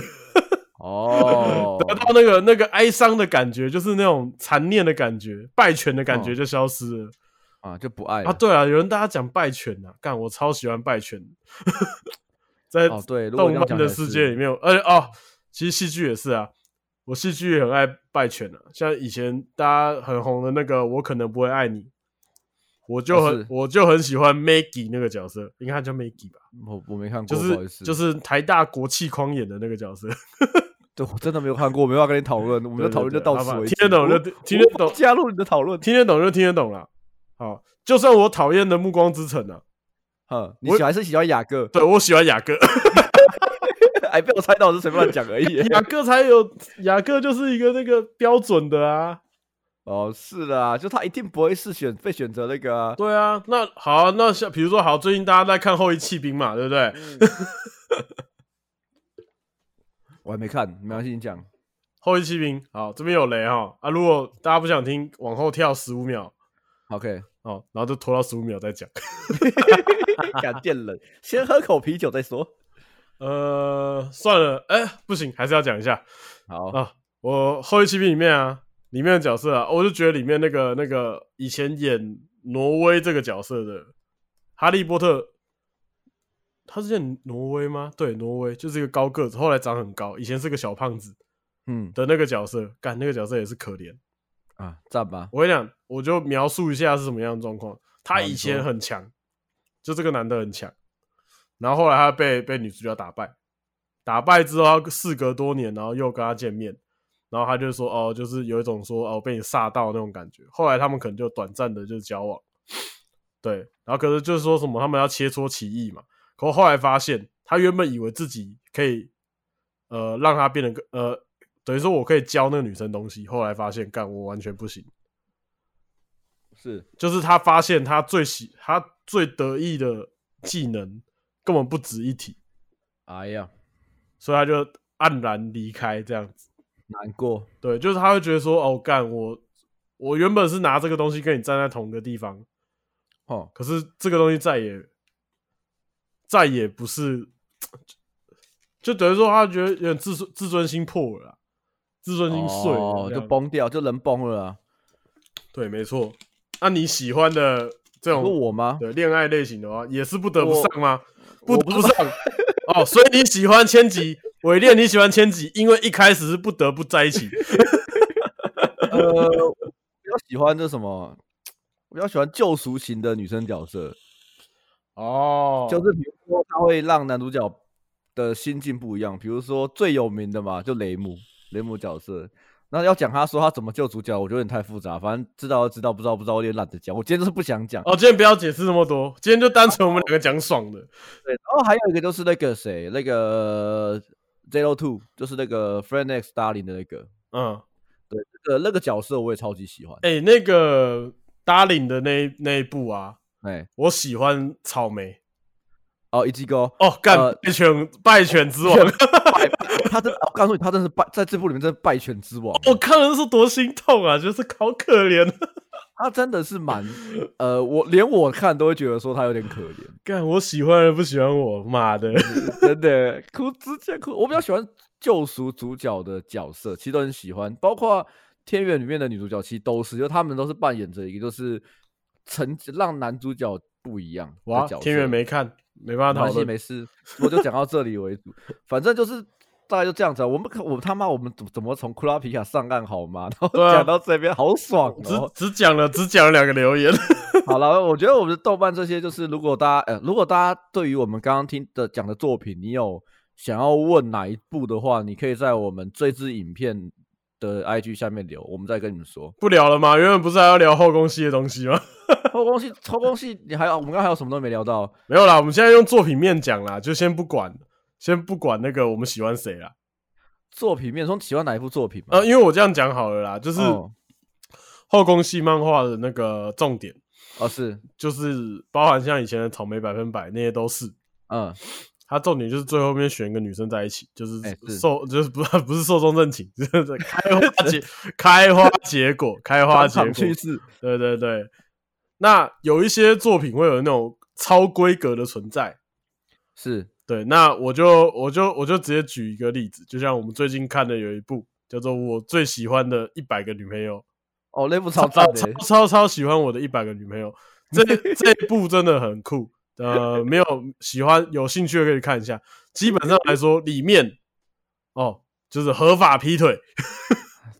哦，
得到那个那个哀伤的感觉，就是那种残念的感觉，败犬的感觉
哦
就消失了、
啊就不爱了
啊！对啊，有人大家讲败犬啊，干我超喜欢败犬的， 在
哦对，如果
动
这样
漫
讲
的
也
世
是
界里面有，而且哦，其实戏剧也是啊，我戏剧也很爱拜犬啊，像以前大家很红的那个《我可能不会爱你》，我就
哦
很、
是
我就很喜欢 Maggie 那个角色，应该她叫 Maggie 吧，
我我没看过，
就
哦不好意
是
思
就是台大国际框演的那个角色，
对我真的没有看过，我没办法跟你讨论，我们的
对
讨论就
对对
到
好
此
吧
为止。
听得懂
我
就听得
我不
懂
加入你的讨论。
听得懂就听得懂啦。好，就算我讨厌的《暮光之城》啊，
哼，你
我
喜欢还是喜欢雅各？
对我喜欢雅各，
哎，被我猜到我是谁乱讲而已。
雅各才有雅各就是一个那个标准的啊，
哦，是的啊，就他一定不会是选被选择那个啊。
对啊，那好啊、那像比如说好，最近大家在看《后裔弃兵》嘛，对不对？
我还没看，没关系，你讲。
后羿骑兵，好，这边有雷哈啊！如果大家不想听，往后跳十五秒
OK，
哦，然后就拖到十五秒再讲。
敢电人，先喝口啤酒再说。
呃，算了，哎、不行，还是要讲一下
好，
啊！我后羿骑兵里面啊，里面的角色啊，我就觉得里面那个那个以前演挪威这个角色的哈利波特，他是演挪威吗？对，挪威就是一个高个子，后来长很高，以前是个小胖子
嗯
的那个角色，干那个角色也是可怜。
啊，赞吧。
我跟你讲，我就描述一下是什么样的状况。他
好
以
你
前
说
很强，就这个男的很强，然后后来他被被女主角打败，打败之后，他事隔多年，然后又跟他见面，然后他就说哦，就是有一种说哦被你煞到那种感觉。后来他们可能就短暂的就交往，对，然后可是就是说什么他们要切磋棋艺嘛，可后来发现他原本以为自己可以呃让他变得更呃。等于说我可以教那个女生东西，后来发现干我完全不行，
是
就是他发现他最喜他最得意的技能根本不值一提，
哎呀，
所以他就黯然离开这样子。
难过。
对，就是他会觉得说，哦，干我我原本是拿这个东西跟你站在同一个地方，
哦，
可是这个东西再也再也不是，就等于说他觉得有点自尊自尊心破了啦啊自尊心碎了
哦，
这
就
样
崩掉，就人崩了啊。
对，没错。那、你喜欢的这
你
种
说我吗？
对恋爱类型的话，也是不得不
我
上吗？不
我
得
不
不上哦，所以你喜欢千吉，伪恋你喜欢千吉，因为一开始是不得不在一起，
呃，我比较喜欢这什么，我比较喜欢救赎型的女生角色，
哦，
就是比如说她会让男主角的心境不一样。比如说最有名的嘛，就雷姆，雷姆角色。那要讲他说他怎么救主角，我觉得有点太复杂。反正知道就知道，不知道不知道，我有点懒得讲。我今天就是不想讲。
哦，今天不要解释那么多，今天就单纯我们两个讲爽的。
对，然后还有一个就是那个谁，那个 Zero Two，就是那个 Friend X Darling 的那个，
嗯，
对，那个那个角色我也超级喜欢。
哎、那个 Darling 的那一那一部啊，
哎，
我喜欢草莓。
哦，一季哥，
哦，干、
呃
败犬败犬之 王，
拜他真的，我告诉你，他真的是败，在这部里面真的败犬之王。
我看了是多心痛啊，就是好可怜。啊
他真的是蛮，呃，我连我看都会觉得说他有点可怜，
干，我喜欢的人不喜欢我，妈的。
真的哭直接哭。我比较喜欢救赎主角的角色，其实都很喜欢，包括《天元》里面的女主角，其实都是，就他们都是扮演着一个就是成让男主角不一样的
哇
角，色。
天元没看，没办
没
法
关
讨
系，
论。
没事，我就讲到这里为主。反正就是大概就这样子、啊。我们可我他妈我们怎么怎么从库拉皮卡上岸好吗？ 然后
对啊
讲到这边，好爽
只
哦！
只讲了只讲了两个留言，。
好了，我觉得我们的豆瓣这些就是，如果大家呃，如果大家对于我们刚刚听的讲的作品，你有想要问哪一部的话，你可以在我们这支影片的 IG 下面留，我们再跟你们说
不聊了吗？原本不是还要聊后宫系的东西吗？
后宫戏，后宫戏，你还有我们刚刚还有什么都没聊到？
没有啦，我们现在用作品面讲啦，就先不管，先不管那个我们喜欢谁啦。
作品面说喜欢哪一部作品吗？
呃，因为我这样讲好了啦，就是
哦
后宫系漫画的那个重点，
哦是，
就是包含像以前的草莓百分百那些都是，
嗯，
他重点就是最后面选一个女生在一起，就是
哎是
寿、就是不不是寿终正寝， 就是开花结开花结果，开花结
场
果，
趣事，
对对对。那有一些作品会有那种超规格的存在，
是
对，那我就我就我就直接举一个例子，就像我们最近看的有一部叫做《我最喜欢的一百个女朋友》，
哦，那部
超
超赞
超
的欸，
超超喜欢我的一百个女朋友，这 这一部真的很酷。呃，没有喜欢有兴趣的可以看一下。基本上来说，里面哦就是合法劈腿，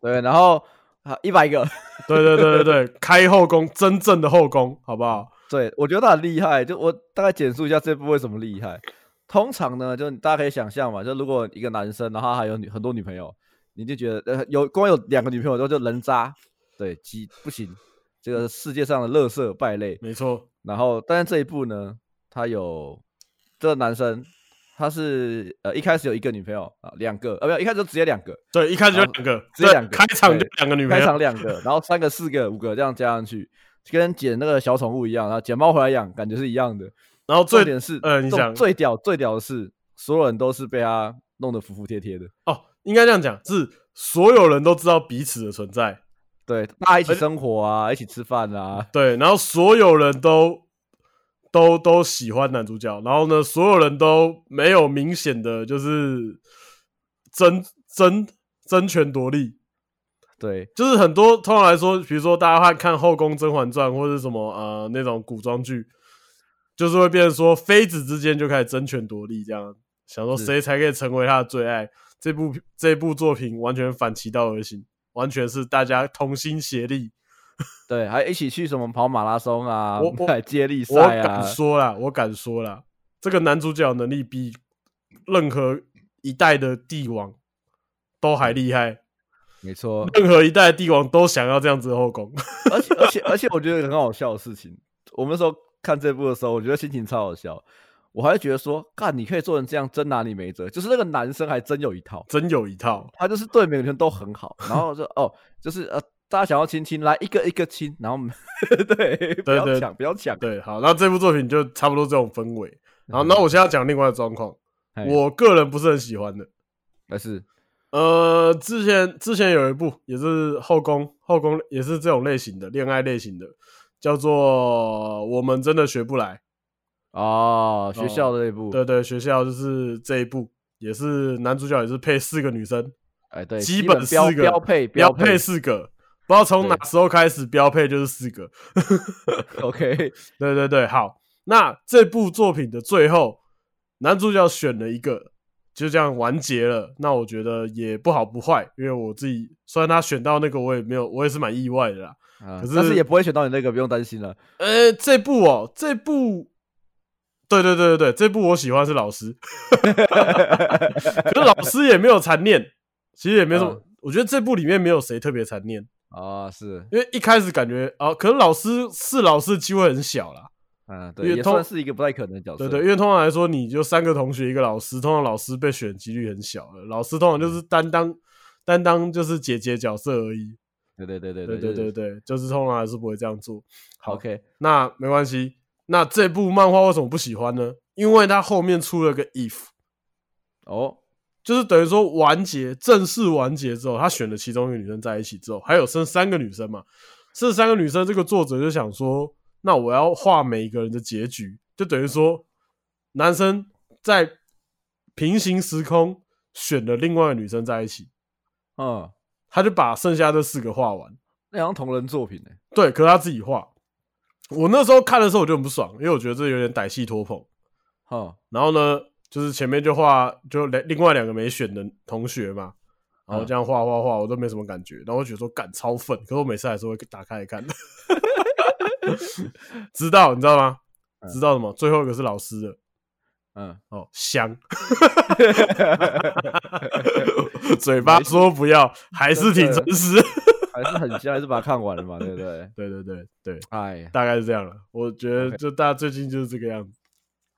对，然后啊一百个，
对对对对对，开后宫，真正的后宫，好不好？
对我觉得他很厉害。就我大概简述一下这部为什么厉害。通常呢，就大家可以想象嘛，就如果一个男生，然后他还有女很多女朋友，你就觉得呃有光有两个女朋友就就人渣，对，鸡不行，这个世界上的垃圾败类。
没错，
然后，但是这一部呢，他有这个男生，他是呃一开始有一个女朋友啊，两个呃没有，一开始就直接两个，
对，一开始就两个，
直接
对
两个
开场就
对
两个女朋
开场
友，
两个，然后三个、四个、五个这样加上去，跟捡那个小宠物一样，然后捡猫回来养，感觉是一样的。
然后
重
最
点是，
呃你
重
讲
最屌最屌的是，所有人都是被他弄得服服帖帖的，
哦，应该这样讲，是所有人都知道彼此的存在，
对，大家一起
而且
生活啊，一起吃饭啊，
对，然后所有人都都都喜欢男主角，然后呢，所有人都没有明显的就是争争争权夺利，
对，
就是很多通常来说，比如说大家看看《后宫甄嬛传》或者什么呃那种古装剧，就是会变成说妃子之间就开始争权夺利，这样想说
是
谁才可以成为他的最爱。这部这部作品完全反其道而行，完全是大家同心协力。
对，还一起去什么跑马拉松啊
我我，
来 接力
我
赛啊
敢，说啦，我敢说啦，这个男主角能力比任何一代的帝王都还厉害，。
没错
任何一代的帝王都想要这样子的后宫。
而且而且而且，我觉得很好笑的事情，我们那时候看这部的时候，我觉得心情超好笑。我还觉得说，干，你可以做成这样，真拿你没辙。就是那个男生还真有一套，
真有一套，
他就是对每个人都很好，然后就哦，就是呃，大家想要亲亲，来一个一个亲，然后 对，不
对
要抢，不要抢，
对，好，那这部作品就差不多这种氛围。然后，那我现在讲另外的状况，
嘿
我个人不是很喜欢的。
还是
呃，之前之前有一部也是后宫，后宫也是这种类型的恋爱类型的，叫做《我们真的学不来》。
哦，
哦
学校的那部，
对对，学校就是这一部，也是男主角也是配四个女生，
哎对，
基
基
本
本标
四个
标配
标
配
配四个，不知道从哪时候开始标配就是四个。
，OK，
对对对，好，那这部作品的最后，男主角选了一个就这样完结了。那我觉得也不好不坏，因为我自己虽然他选到那个，我也没有，我也是蛮意外的啦。
啊
可
但是
是
也不会选到你那个，不用担心了。
呃，这部哦，这部，对对对对对，这部我喜欢是老师， 可是老师也没有残念，其实也没什么。
嗯
我觉得这部里面没有谁特别残念，
啊，是，
因为一开始感觉啊，可是老师是老师的机会很小啦。
嗯，
因
对，
为
也
通
算是一个不太可能的角色。
对对，因为通常来说，你就三个同学一个老师，通常老师被选几率很小的，老师通常就是担当担当就是姐姐角色而已。
对对对对
对对
就
对
是
对，就是通常还是不会这样做。好
，OK，
那没关系。那这部漫画为什么不喜欢呢？因为它后面出了个 if，
哦，
就是等于说完结正式完结之后，他选了其中一个女生在一起之后，还有剩三个女生嘛。这三个女生，这个作者就想说，那我要画每一个人的结局，就等于说男生在平行时空选了另外一个女生在一起，
嗯，
他就把剩下这四个画完。
那好像同人作品呢。
对，可是他自己画。我那时候看的时候我就很不爽，因为我觉得这有点歹戏拖棚。
哈，
然后呢，就是前面就画就另另外两个没选的同学嘛，然哦
嗯
后这样画画画，我都没什么感觉，然后我觉得说干超粉，可是我每次还是会打开 来看，知道你知道吗？
嗯
知道什么？最后一个是老师的
嗯，
哦，香， 嘴巴说不要，还是挺诚实。？
还是很像，还是把它看完了嘛，对不对
对对对对，
哎呀，
大概是这样了。我觉得
OK
就大家最近就是这个样子。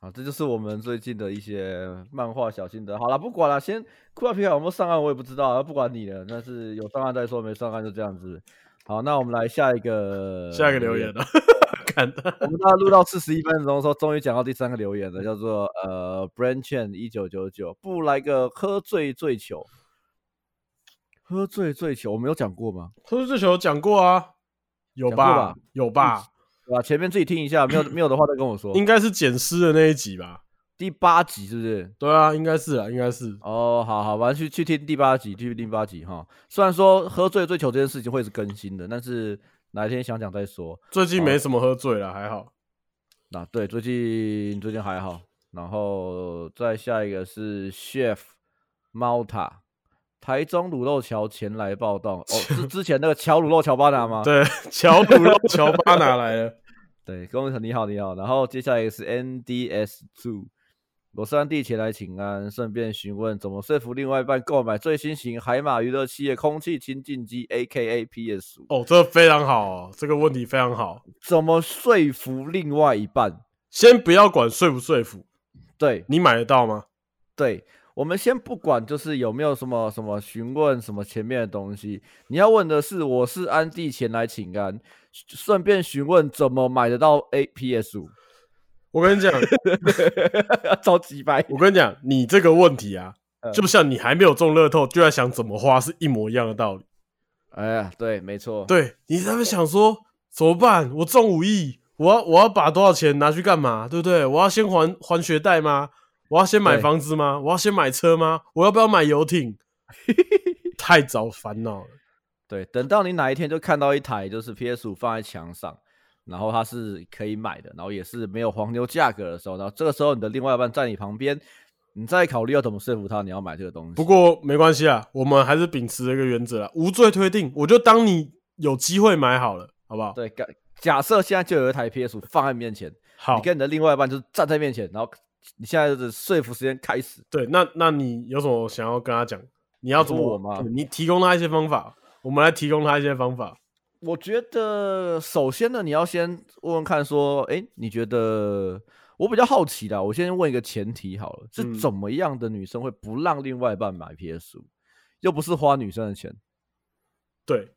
好，这就是我们最近的一些漫画小心得。好了，不管了，先库拉皮卡有没有上岸我也不知道啊，不管你了，但是有上岸再说，没上岸就这样子。好，那我们来下一个
下一个留言啊了， 看
我们大概录到四十一分钟的时候，终于讲到第三个留言了，叫做呃 Brand Chen 一九九九，不来个喝醉醉酒，喝醉醉酒，我没有讲过吗？
喝醉酒讲过啊，有
讲过
吧
吧？
有吧？
对吧、前面自己听一下，没有没有的话再跟我说。
应该是捡尸的那一集吧？
第八集是不是？
对啊，应该是啊，应该是。
哦，好好，反正去去听第八集，去听第八集哈。虽然说喝醉醉酒这件事情会是更新的，但是哪一天想讲再说。
最近没什么喝醉了，还好。
那、对，最近最近还好。然后再下一个是 Chef Malta，台中卤肉桥前来报道。哦，是之前那个桥卤肉桥巴拿吗？
对， 乔普肉乔巴拿来了，
对，恭喜你好你好。然后接下来一个是 NDS Two，我是安地前来请安，顺便询问怎么说服另外一半购买最新型海马娱乐器业空气清净机 （A.K.A. PS 五
哦，这个非常好、哦，这个问题非常好。），
怎么说服另外一半？
先不要管说不说服，
对，
你买得到吗？
对，我们先不管，就是有没有什么什么询问什么前面的东西，你要问的是，我是安地前来请安，顺便询问怎么买得到 A P S 五，
我跟你讲，
超级白。
我跟你讲，你这个问题啊，
嗯
就像你还没有中乐透就在想怎么花是一模一样的道理。
哎呀，对，没错，
对你在那边想说怎么办？我中五亿，我要我要把多少钱拿去干嘛？对不对？我要先还还学贷吗？我要先买
对
房子吗？我要先买车吗？我要不要买 游艇？太早烦恼了。
对，等到你哪一天就看到一台就是 P S 五放在墙上，然后它是可以买的，然后也是没有黄牛价格的时候，然后这个时候你的另外一半在你旁边，你再考虑要怎么说服他你要买这个东西。
不过没关系啊，我们还是秉持一个原则啊，无罪推定。我就当你有机会买好了，好不好？
对，假假设现在就有一台 PS 五放在你面前，
好
你，跟你的另外一半就是站在面前，然后你现在的说服时间开始。
对，那那你有什么想要跟他讲？你要怎么？
你说我吗
对你提供他一些方法，我们来提供他一些方法。
我觉得首先呢，你要先问问看，说，哎，你觉得我比较好奇的，我先问一个前提好了，
嗯
是怎么样的女生会不让另外一半买 PS 五？又不是花女生的钱，
对，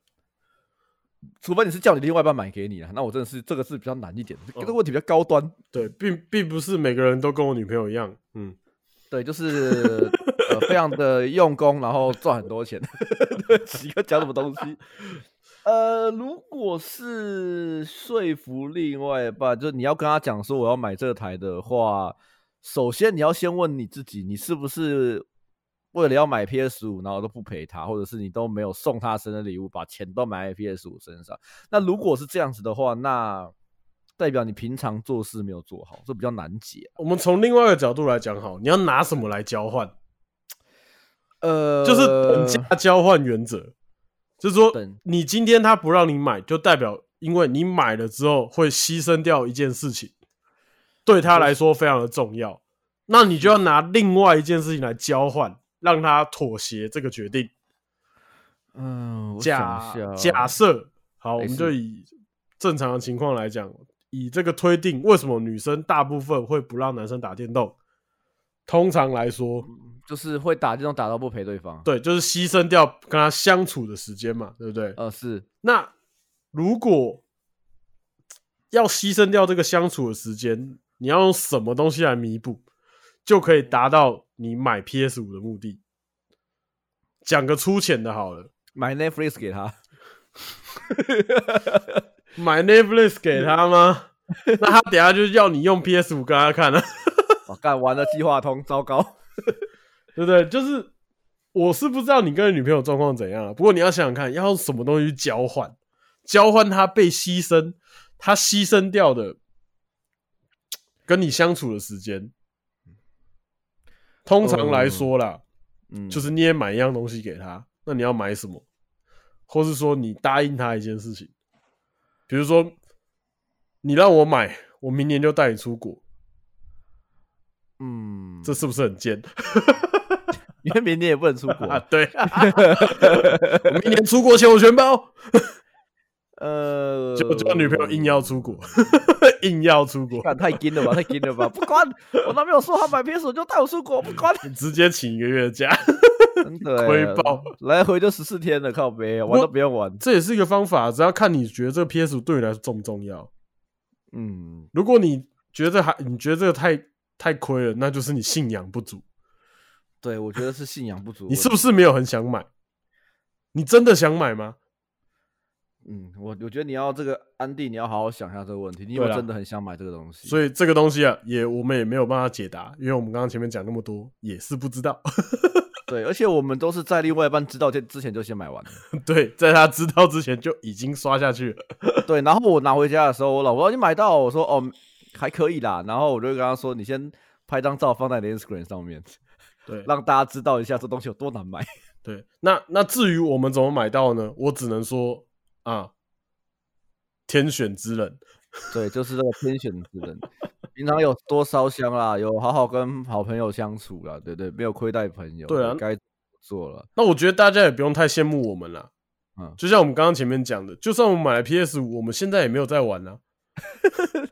除非你是叫你另外一半买给你啊，那我真的是这个是比较难一点，这个
哦
问题比较高端。
对，并并不是每个人都跟我女朋友一样，嗯，
对，就是呃非常的用功，然后赚很多钱。 对，几个讲什么东西？呃，如果是说服另外一半，就是你要跟他讲说我要买这台的话，首先你要先问你自己，你是不是为了要买 PS 五，然后都不陪他，或者是你都没有送他生日礼物，把钱都买在 PS 五身上？那如果是这样子的话，那代表你平常做事没有做好，这比较难解。啊
我们从另外一个角度来讲，好，你要拿什么来交换？
呃，
就是等价交换原则，就是说
等
你今天他不让你买，就代表因为你买了之后会牺牲掉一件事情，对他来说非常的重要，那你就要拿另外一件事情来交换，让他妥协这个决定。
嗯，我
假
想一下哦
假设好，我
没
们
事
就以正常的情况来讲，以这个推定，为什么女生大部分会不让男生打电动？通常来说，
嗯就是会打这种打到不陪对方。，
对，就是牺牲掉跟他相处的时间嘛，对不对？
呃，是
那如果要牺牲掉这个相处的时间，你要用什么东西来弥补，就可以达到你买 PS 五的目的？讲个粗浅的好了，
买 Netflix 给他，
买 Netflix 给他吗？ 那他等下就要你用 PS 五跟他看啊了、
哦，干完了计划通，糟糕。
对不对？就是我是不知道你跟你女朋友状况怎样啊，不过你要想想看，要用什么东西去交换，交换她被牺牲，她牺牲掉的跟你相处的时间。通常来说啦，
嗯，
就是你也买一样东西给她，那你要买什么？或是说你答应她一件事情，比如说你让我买，我明年就带你出国，
嗯，
这是不是很贱
因为明年也不能出国
啊？。 对，我明年出国前我全包。
呃，
就就女朋友硬要出 国，硬要出国，
干太硬了吧，太硬了吧！不管我男朋友说他买 PS 就带我出国，不 管，
直接请一个月的假，
真的欸
亏爆，
来回就十四天了，靠背玩都不用玩。
这也是一个方法。只要看你觉得这个 PS 五对你来说重不重要。
嗯，
如果你觉得还你觉得这个太太亏了，那就是你信仰不足。
对，我觉得是信仰不足。
你是不是没有很想买？你真的想买吗？
嗯，我我觉得你要这个安迪，你要好好想一下这个问题。你有没
对啊
有
啦
真的很想买这个东西？
所以这个东西啊，也我们也没有办法解答，因为我们刚刚前面讲那么多，也是不知道。
对，而且我们都是在另外一半知道这之前就先买完了。
对，在他知道之前就已经刷下去了。
对，然后我拿回家的时候，我老婆说你买到了，我说哦还可以啦，然后我就跟她说你先拍张照放在你的 Instagram 上面，
对，
让大家知道一下这东西有多难买。
对，那那至于我们怎么买到呢？我只能说啊，天选之人，
对，就是这个天选之人，平常有多烧香啦，有好好跟好朋友相处啦，对对，没有亏待朋友，
对啊
该做了，
那我觉得大家也不用太羡慕我们啦。
嗯
就像我们刚刚前面讲的，就算我们买了 PS 五，我们现在也没有在玩啊。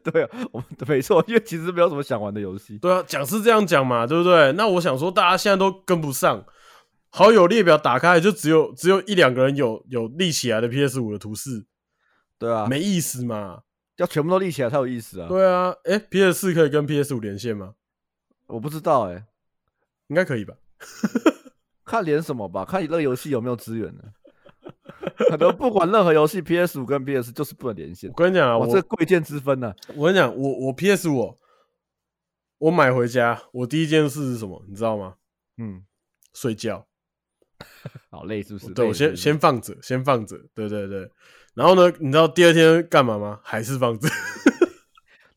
对啊，我们没错，因为其实没有什么想玩的游戏，
对啊，讲是这样讲嘛，对不对？那我想说，大家现在都跟不上，好友列表打开就只有只有一两个人有有立起来的 PS 五的图示，
对啊，
没意思嘛。
要全部都立起来才有意思啊，
对啊，哎，PS 四可以跟 PS 五连线吗？
我不知道哎、
应该可以吧？
看连什么吧，看你那个游戏有没有资源呢、 可能不管任何游戏，PS 五跟 PS 就是不能连线
我。跟你讲啊，
哇，
我
这个贵贱之分呢、啊
我跟你讲，我我 PS 五，我买回家，我第一件事是什么？你知道吗？
嗯，睡
睡觉。
好累是不是？
哦对，
累
我
是不
先
是
先放着，先放着。对对对。然后呢，你知道第二天干嘛吗？还是放着，
哦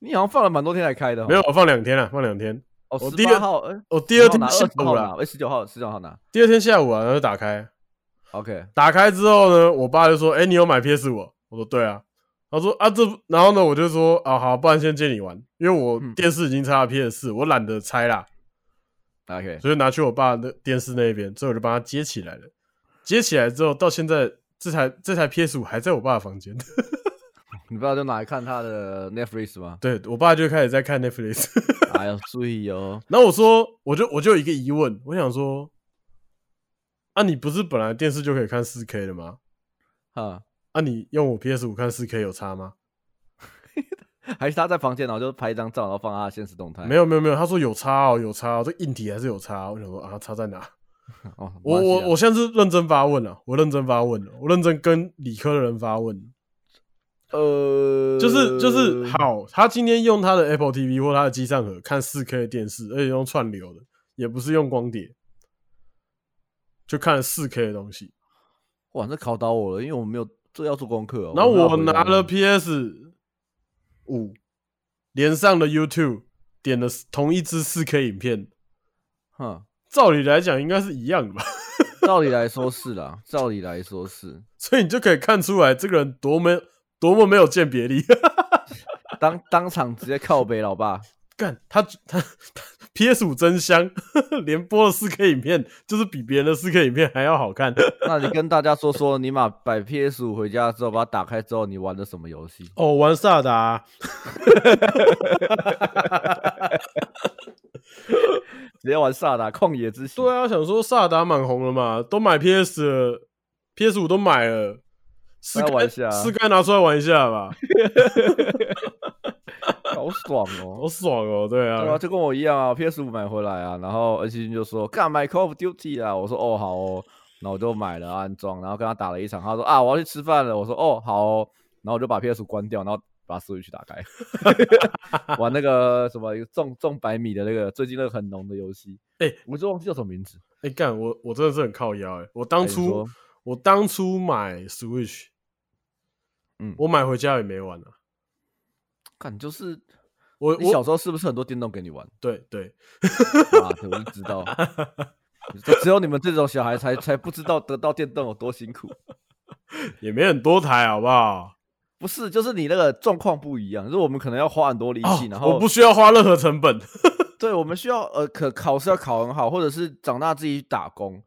你好像放了蛮多天才开的哦，
没有，我啊放两天了，放两天。
哦，
我
十
第二
八号，呃，
我第二
10号拿
天下
20
午
号
啦，
拿，哎，十九号，十九号拿
第二天下午啊，然后就打开，
，OK，
打开之后呢，我爸就说：“哎、你有买 PS 五？”我说：“对啊。”他说：“啊，这不……”然后呢，我就说：“啊，好，不然先借你玩，因为我
嗯
电视已经插了 PS 四，我懒得拆啦。”
，OK，
所以拿去我爸的电视那边，所以我就帮他接起来了。接起来之后，到现在这台这台 PS 五还在我爸的房间。？
你不要就拿来看他的 Netflix 吗
对我爸就开始在看 Netflix。
哎呦，注意哦，
然后我说，我就我就有一个疑问，我想说，啊，你不是本来电视就可以看4 K 的吗？
哈，
啊，你用我 PS 五看4 K 有差吗？
还是他在房间，然后就拍一张照，然后放他的现实动态。
没有没有没有，他说有差哦，有差哦，这硬体还是有差、哦。我想说啊，差在哪？
哦，没
我
关系
我
啊
我现在是认真发问了、啊我认真发问了，我认真跟理科的人发问了。
呃，
就是就是好，他今天用他的 Apple TV 或他的机上盒看4 K 的电视，而且用串流的，也不是用光碟，就看了4 K 的东西。
哇，这考倒我了，因为我没有这要做功课哦。
然后
没有
我
回答
拿了
你
PS 五，连上了 YouTube，点了同一支4 K 影片，
哼，
照理来讲应该是一样的吧？
照理来说是啦，照理来说是。
所以你就可以看出来这个人多么多么没有鉴别力。
当当场直接靠背老爸，
干他他他 PS 五真香， 连播了四 K 影片，就是比别人的四 K 影片还要好看。
那你跟大家说说，你把摆 PS 五回家之后，把它打开之后，你玩的什么游戏？
哦，玩萨达，
直接玩萨达旷野之息。
对啊，想说萨达蛮红了嘛，都买 PS 了，PS 五都买了，是
那
该
玩一下啊
是该拿出来玩一下吧，
好爽哦！
好爽哦，对
对啊，
啊，
就跟我一样啊，PS 五买回来啊，然后恩熙君就说干买 Call of Duty 啊，我说哦好哦，然后我就买了安装，然后跟他打了一场，他说啊我要去吃饭了，我说哦好哦，然后我就把 PS 五关掉，然后把 Switch 打开， 玩那个什么一个种种百米的那个最近那个很浓的游戏，
哎
我就忘记叫什么名字，
哎干、我我真的是很靠腰哎、我当
哎你
初、
说
我当初买 Switch，
嗯
我买回家也没玩啊，
看就是
我
你小
我
时候是不是很多电动给你玩？
对对，
妈的，我就知 道，就只有你们这种小孩才才不知道得到电动有多辛苦。
也没很多台好不好？
不是，就是你那个状况不一样，就是我们可能要花很多力
哦
气，然，后
我不需要花任何成本，
对，我们需要呃，可考试要考很好，或者是长大自己打工，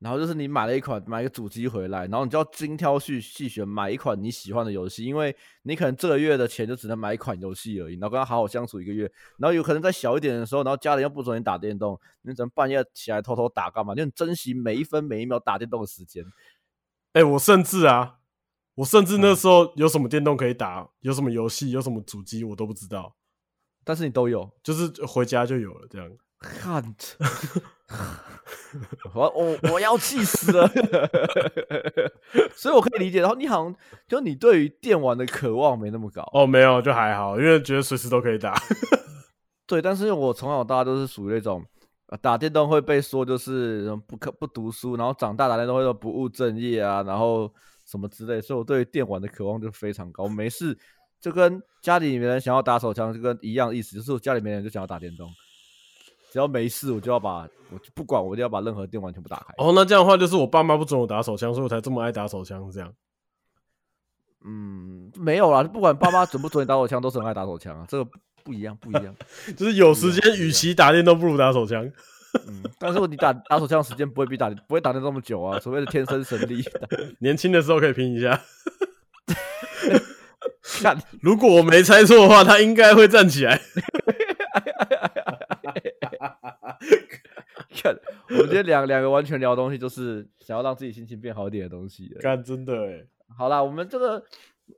然后就是你买了一款买一个主机回来，然后你就要精挑细细选买一款你喜欢的游戏，因为你可能这个月的钱就只能买一款游戏而已，然后跟他好好相处一个月，然后有可能在小一点的时候，然后家人又不准你打电动，你只能半夜起来偷偷打干嘛？就很珍惜每一分每一秒打电动的时间。
哎、我甚至啊，我甚至
嗯
那时候有什么电动可以打，有什么游戏，有什么主机，我都不知道，
但是你都有，
就是回家就有了这样。
看， 我我我要气死了， 所以我可以理解。然后你好像就你对于电玩的渴望没那么高，
哦，没有，就还好，因为觉得随时都可以打。
对。但是我从小到大都是属于那种呃打电动会被说就是呃不可不读书，然后长大打电动会说不务正业啊，然后什么之类，所以我对于电玩的渴望就非常高。没事，就跟家里面人想要打手枪就跟一样意思，就是我家里面人就想要打电动。只要没事，我就要把我就不管，我就要把任何电玩全部打开。
哦，那这样的话，就是我爸妈不准我打手枪，所以我才这么爱打手枪。这样，
嗯，没有啦，不管爸妈准不准你打手枪，都是很爱打手枪啊，这个不不一样，不一样。
就是有时间，与其打电动，不如打手枪。
嗯，但是你打打手枪的时间不会比打不会打的那么久啊，除非是天生神力。
年轻的时候可以拼一下。
看，
如果我没猜错的话，他应该会站起来。
看，我们今天两两个完全聊的东西，就是想要让自己心情变好一点的东西。
干，真的哎，
好啦，我们这个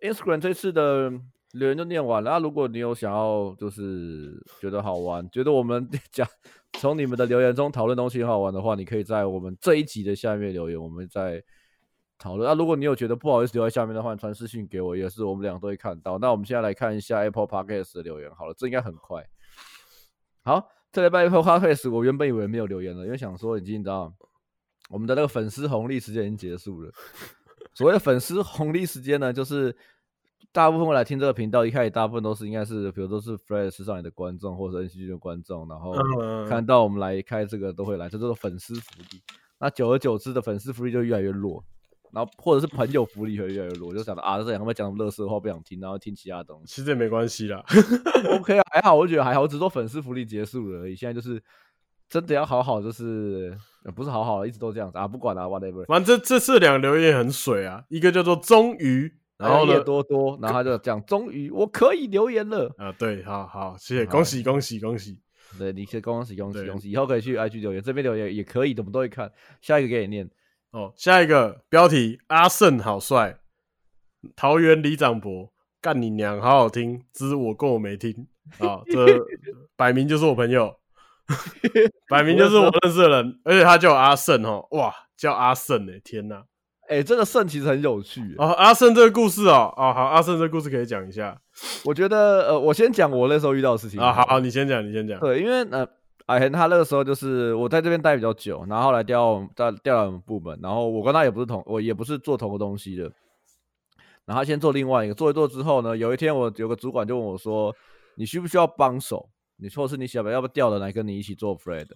Instagram 这次的留言就念完了。那如果你有想要，就是觉得好玩，觉得我们 讲从你们的留言中讨论东西很好玩的话，你可以在我们这一集的下面留言，我们再讨论。那如果你有觉得不好意思留在下面的话，你传私信给我，也是我们俩都会看到。那我们现在来看一下 Apple Podcast 的留言，好了，这应该很快。好，这礼拜 Apple Podcast 我原本以为没有留言了，因为想说已经你知道我们的那个粉丝红利时间已经结束了。所谓的粉丝红利时间呢，就是大部分来听这个频道，一开始大部分都是应该是，比如都是 Flash 上来的观众或者 N C G 的观众，然后
嗯
看到我们来开这个都会来，这就是粉丝福利。那久而久之的粉丝福利就越来越弱，然后或者是朋友福利也会越来越弱，就想到啊，这两个讲什么乐色话不想听，然后听其他东西。
其实也没关系啦。
OK 啊，还好，我觉得还好，我只是说粉丝福利结束了而已。现在就是真的要好好，就是、呃不是好好，一直都这样子啊，不管了、whatever。
反正这这次两个留言很水啊，一个叫做终于，然后
还有
呢
叶，多多，然后他就讲，终于我可以留言了。
啊，对，好好，谢谢，
好
恭喜恭喜恭喜！
对，你先恭喜恭喜
对
恭喜，以后可以去 IG 留言，这边留言也可以的，我们都会看。下一个给你念，
哦，下一个标题：阿胜好帅，桃园李长博，干你娘，好好听，之我够我没听啊、 这摆明就是我朋友，摆明就是我认识的人，而且他叫阿胜哦，哇，叫阿胜呢、天哪！
哎、这个肾其实很有趣耶、
哦，阿胜这个故事哦，哦好，阿胜这个故事可以讲一下
我觉得呃，我先讲我那时候遇到的事情
啊，好好，你先讲，你先讲，
对，因为呃，矮恒他那个时候就是我在这边待比较久，然后后来调到我们调调到我们部门，然后我跟他也不是同，我也不是做同个东西的。然后他先做另外一个，做一做之后呢，有一天我有个主管就问我说：“你需不需要帮手？你或是你想不要不要调人来跟你一起做 f r e d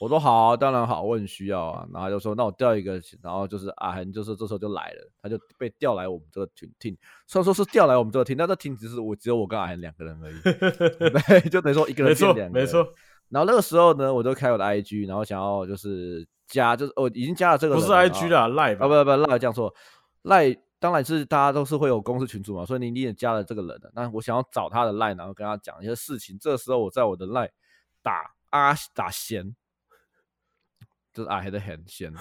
我我说好啊，当然好，我很需要啊。然后他就说那我调一个，然后就是阿恒就是这时候就来了，他就被调来我们这个群 team。虽然说是调来我们这个 team，但这 team 只是我只有我跟阿恒两个人 而已，对，就等于说一个
没
人
错
变两个
没
人。
错，
然后那个时候呢，我就开我的 IG，然后想要就是加，就是我、哦、已经加了这个
不
人
是
了
IG 啦，Live
啊，不不，赖讲错，赖当然是大家都是会有公司群组嘛，所以你你也加了这个人了。那我想要找他的赖，然后跟他讲一些事情。这时候我在我的赖打阿打贤，就是阿黑的很贤啊，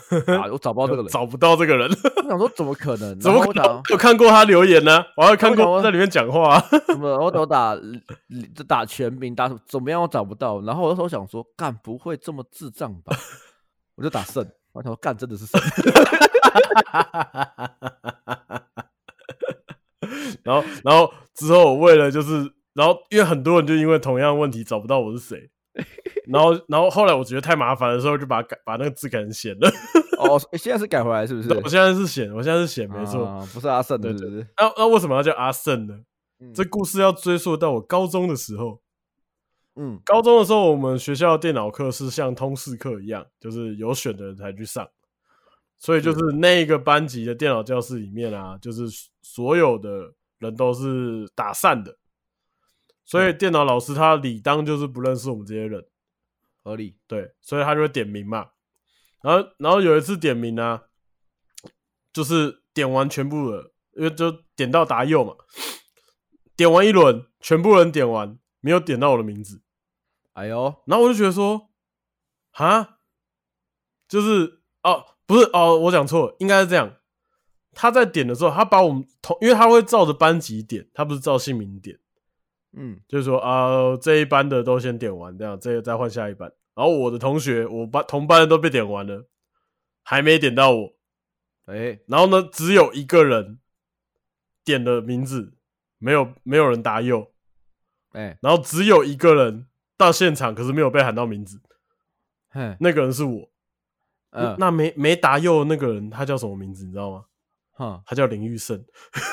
我找不到这个人，
找不到这个人，
我想说怎么可能？
怎
然
么
后
可
我
能
打？
有看过他留言呢、我还有看
我想
过
问
在里面讲话、啊，
什么？我我打就打全名，打什么怎么样？我找不到。然后我那时候想说，干不会这么智障吧？我就打胜，我想说干真的是胜。
然后然后之后我为了就是，然后因为很多人就因为同样的问题找不到我 是谁。然后，然后后来我觉得太麻烦的时候，就把改把那个字改成显了。
哦，现在是改回来 是不是？
我现在是显，我现在是显，没错。
啊不是阿胜的，
对
是不是？
那那为什么要叫阿胜呢？
嗯
这故事要追溯到我高中的时候。
嗯
高中的时候，我们学校电脑课是像通识课一样，就是有选的人才去上，所以就是那一个班级的电脑教室里面啊，就是所有的人都是打散的，所以电脑老师他理当就是不认识我们这些人，
合理。
对，所以他就会点名嘛。然后，然后有一次点名呢、就是点完全部的，因为就点到答右嘛，点完一轮，全部人点完，没有点到我的名字，
哎呦，
然后我就觉得说，哈，就是哦，不是哦，我讲错了，应该是这样。他在点的时候，他把我们同，因为他会照着班级点，他不是照姓名点，
嗯，
就是说啊、这一班的都先点完，这样这个再换下一班。然后我的同学，我班同班的都被点完了，还没点到我。
哎，
然后呢，只有一个人点了名字，没有没有人答右，
哎，
然后只有一个人到现场，可是没有被喊到名字，
嘿，
那个人是我。
嗯，
那没没答右的那个人，他叫什么名字？你知道吗？
哈，
他叫林玉胜。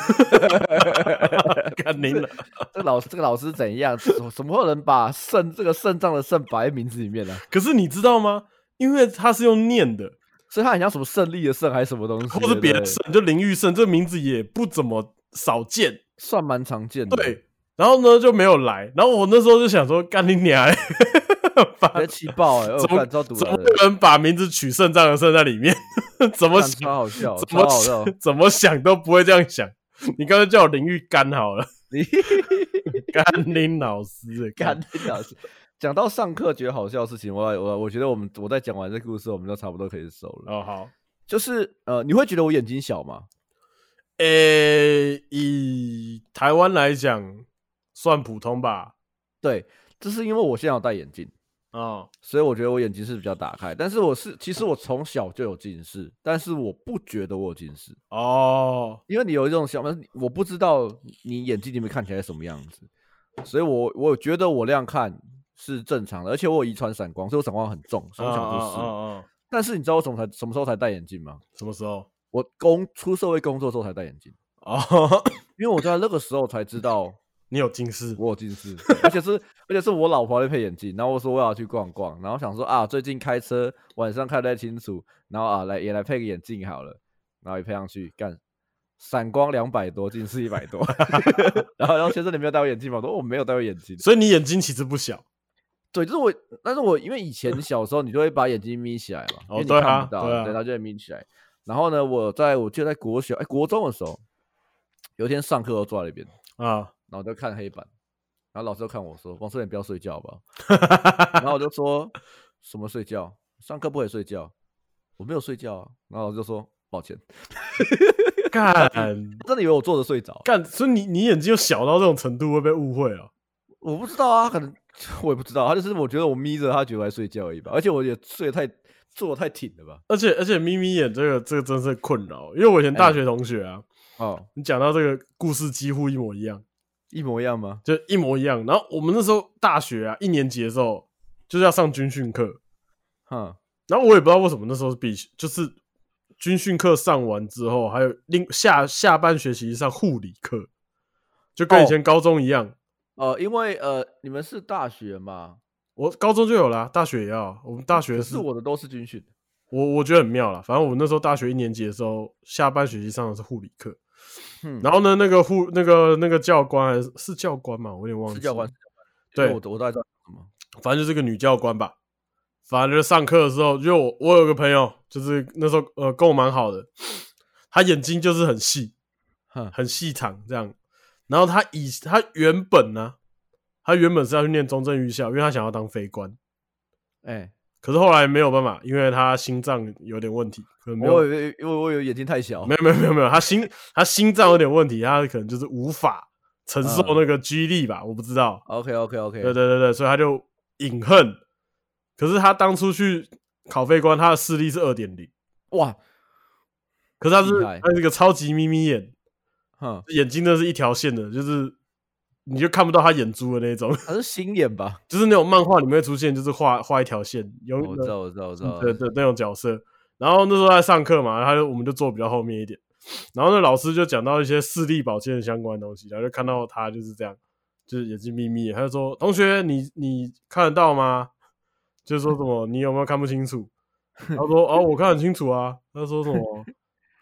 看您了，
这个老这个老师怎样？怎怎么会有人把肾这个肾脏的肾摆在名字里面呢？
可是你知道吗？因为他是用念的，
所以他很像什么胜利的胜还是什么东西，
或是别
对
的
不对
胜，就林玉胜这名字也不怎么少见。
算蛮常见的。
对，然后呢就没有来。然后我那时候就想说，干你娘、欸！
直接气爆哎！
怎么
我知道赌
怎
来
么
了，
有人把名字取肾脏的肾在里面？ 怎么
干超
想？
好笑，哦
怎
超
么
好笑。
怎么想都不会这样想。你刚才叫我林玉干好 了，
你
干林老师欸
干这老师，讲到上课觉得好笑的事情，我我我觉得我们我在讲完这故事，我们就差不多可以收了。
哦好。
就是呃，你会觉得我眼睛小吗？
诶、以台湾来讲，算普通吧。
对，这是因为我现在有戴眼镜。
啊、
所以我觉得我眼睛是比较打开，但是我是其实我从小就有近视，但是我不觉得我有近视，
哦，
因为你有一种想法，我不知道你眼睛里面看起来什么样子，所以我我觉得我那样看是正常的，而且我有遗传散光，所以我散光很重，从小就是。
啊啊啊
但是你知道我什么才什么时候才戴眼镜吗？
什么时候？
我工出社会工作之后才戴眼镜，
哦，
因为我在那个时候才知道
你有近视？
我有近视，对而且是而且是我老婆在配眼镜，然后我说我要去逛逛，然后想说啊，最近开车晚上看不太清楚，然后啊来也来配个眼镜好了，然后一配上去，干闪光两百多，近视一百 多，然后然后先生你没有戴我眼镜吗？我说哦我没有戴我眼镜，
所以你眼睛其实不小。
对，就是我，但是我因为以前小时候你就会把眼睛眯起来嘛，因
哦
为你
对
看
啊
不到，
对啊
对，他就会眯起来。然后呢，我在我记得在国小哎国中的时候，有一天上课我坐在那边，
啊，
然后我就看黑板，然后老师就看我说：“王思远，你不要睡觉好不 好？”然后我就说：“什么睡觉？上课不可以睡觉。”我没有睡觉啊。然后老师就说：“抱歉。
干
他真的以为我坐着睡着，
干，所以你你眼睛又小到这种程度，会被误会哦。
我不知道啊，可能我也不知道。他就是我觉得我眯着，他觉得我在睡觉而已吧。而且我也睡得太坐得太挺了吧？
而且而且，眯眯眼这个这个真是困扰，因为我以前
哎
大学同学啊，
哦，
你讲到这个故事几乎一模一样。
一模一样吗？
就一模一样。然后我们那时候大学啊，一年级的时候就是要上军训课，
哼，
然后我也不知道为什么那时候是必须，就是军训课上完之后，还有另下下半学期上护理课，
哦
就跟以前高中一样。
呃，因为呃，你们是大学嘛，
我高中就有啦，大学也要。我们大学
可
是
是我的都是军训，
我我觉得很妙啦。反正我那时候大学一年级的时候，下半学期上的是护理课，
嗯
然后呢，那个护那个那个教官还是是教官嘛，我有点忘
是
记，
教官，是教官
对
因为我我大概知道什么，
反正就是个女教官吧。反正就是上课的时候，就我我有个朋友，就是那时候呃跟我蛮好的，他眼睛就是很细，
哼，
很细长这样。然后他以他原本呢、他原本是要去念中正预校，因为他想要当飞官，
哎，
可是后来没有办法，因为他心脏有点问题，可能没有
我以为因为我以为眼睛太小，
没有没有没有没有，他心他心脏有点问题，他可能就是无法承受
嗯
那个 G 力吧，我不知道。
OK OK OK，
对对对对，所以他就隐恨。可是他当初去考飞官，他的视力是二点零，
哇，
可是他是
厉害
他是个超级眯眯眼，
哼，
眼睛真的是一条线的，就是你就看不到他眼珠的那种，
他是心眼吧？
就是那种漫画里面会出现，就是画画一条线，呃有
我知道我知道我知道，
嗯对对，那种角色。然后那时候在上课嘛，他就我们就坐比较后面一点，然后那老师就讲到一些视力保健相关的东西，然后就看到他就是这样，就是眼睛眯眯眼，他就说：“同学，你你看得到吗？”就是说什么你有没有看不清楚？他说：“哦，我看很清楚啊。”他说什么？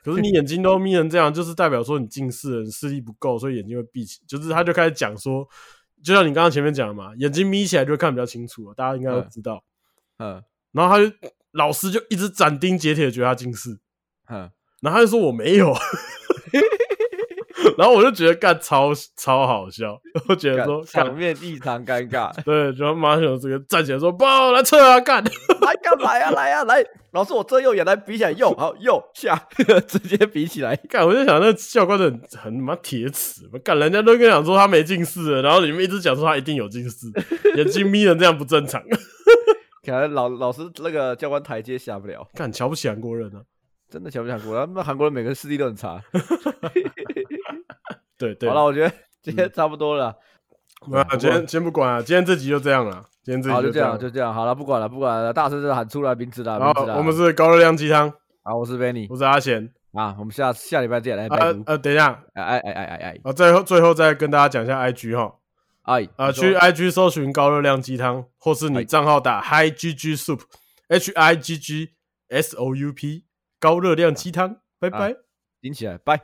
可是你眼睛都眯成这样，就是代表说你近视了，你视力不够，所以眼睛会闭起。就是他就开始讲说，就像你刚刚前面讲的嘛，眼睛眯起来就会看比较清楚了，大家应该都
嗯
知道。
嗯
然后他就老师就一直斩钉截铁地觉得他近视，
哼，
然后他就说我没有， 然后我就觉得干超超好笑，我觉得
干
说
场
干
面异常尴 尬，
对，然后马上有这个站起来说报来测啊干，
来干来啊来啊来，老师我这右眼来比起来右好右下， 直接比起来，
干我就想那教官很很他妈铁齿，干人家都跟你讲说他没近视了，然后你们一直讲说他一定有近视，眼睛眯成这样不正常，
可能老老师那个教官台阶下不了。
干瞧不起韩国人啊，
真的瞧不起韩国人，他们韩国人每个人视力都很差。
对对，嗯
好了，我觉得今天差不多了，嗯
没有啊，今天先不管啊，今天这集就这样了，今天这
好
集
就这样，
了
就这样，好了，不管了，不管了，大声的喊出来名字啦，名字
好
啦。，
我们是高热量鸡汤，
好，我是 Benny
我是阿贤。
啊，我们下下礼拜见，来拜
呃
读，
呃，等一下，
哎哎哎哎哎
啊，最后最后再跟大家讲一下 IG 哈，
哎
啊，
你说
去 IG 搜寻高热量鸡汤，或是你
哎
账号打 Hi G G Soup H I G G S O U P 高热量鸡汤，拜
啊
拜。
顶起来，拜。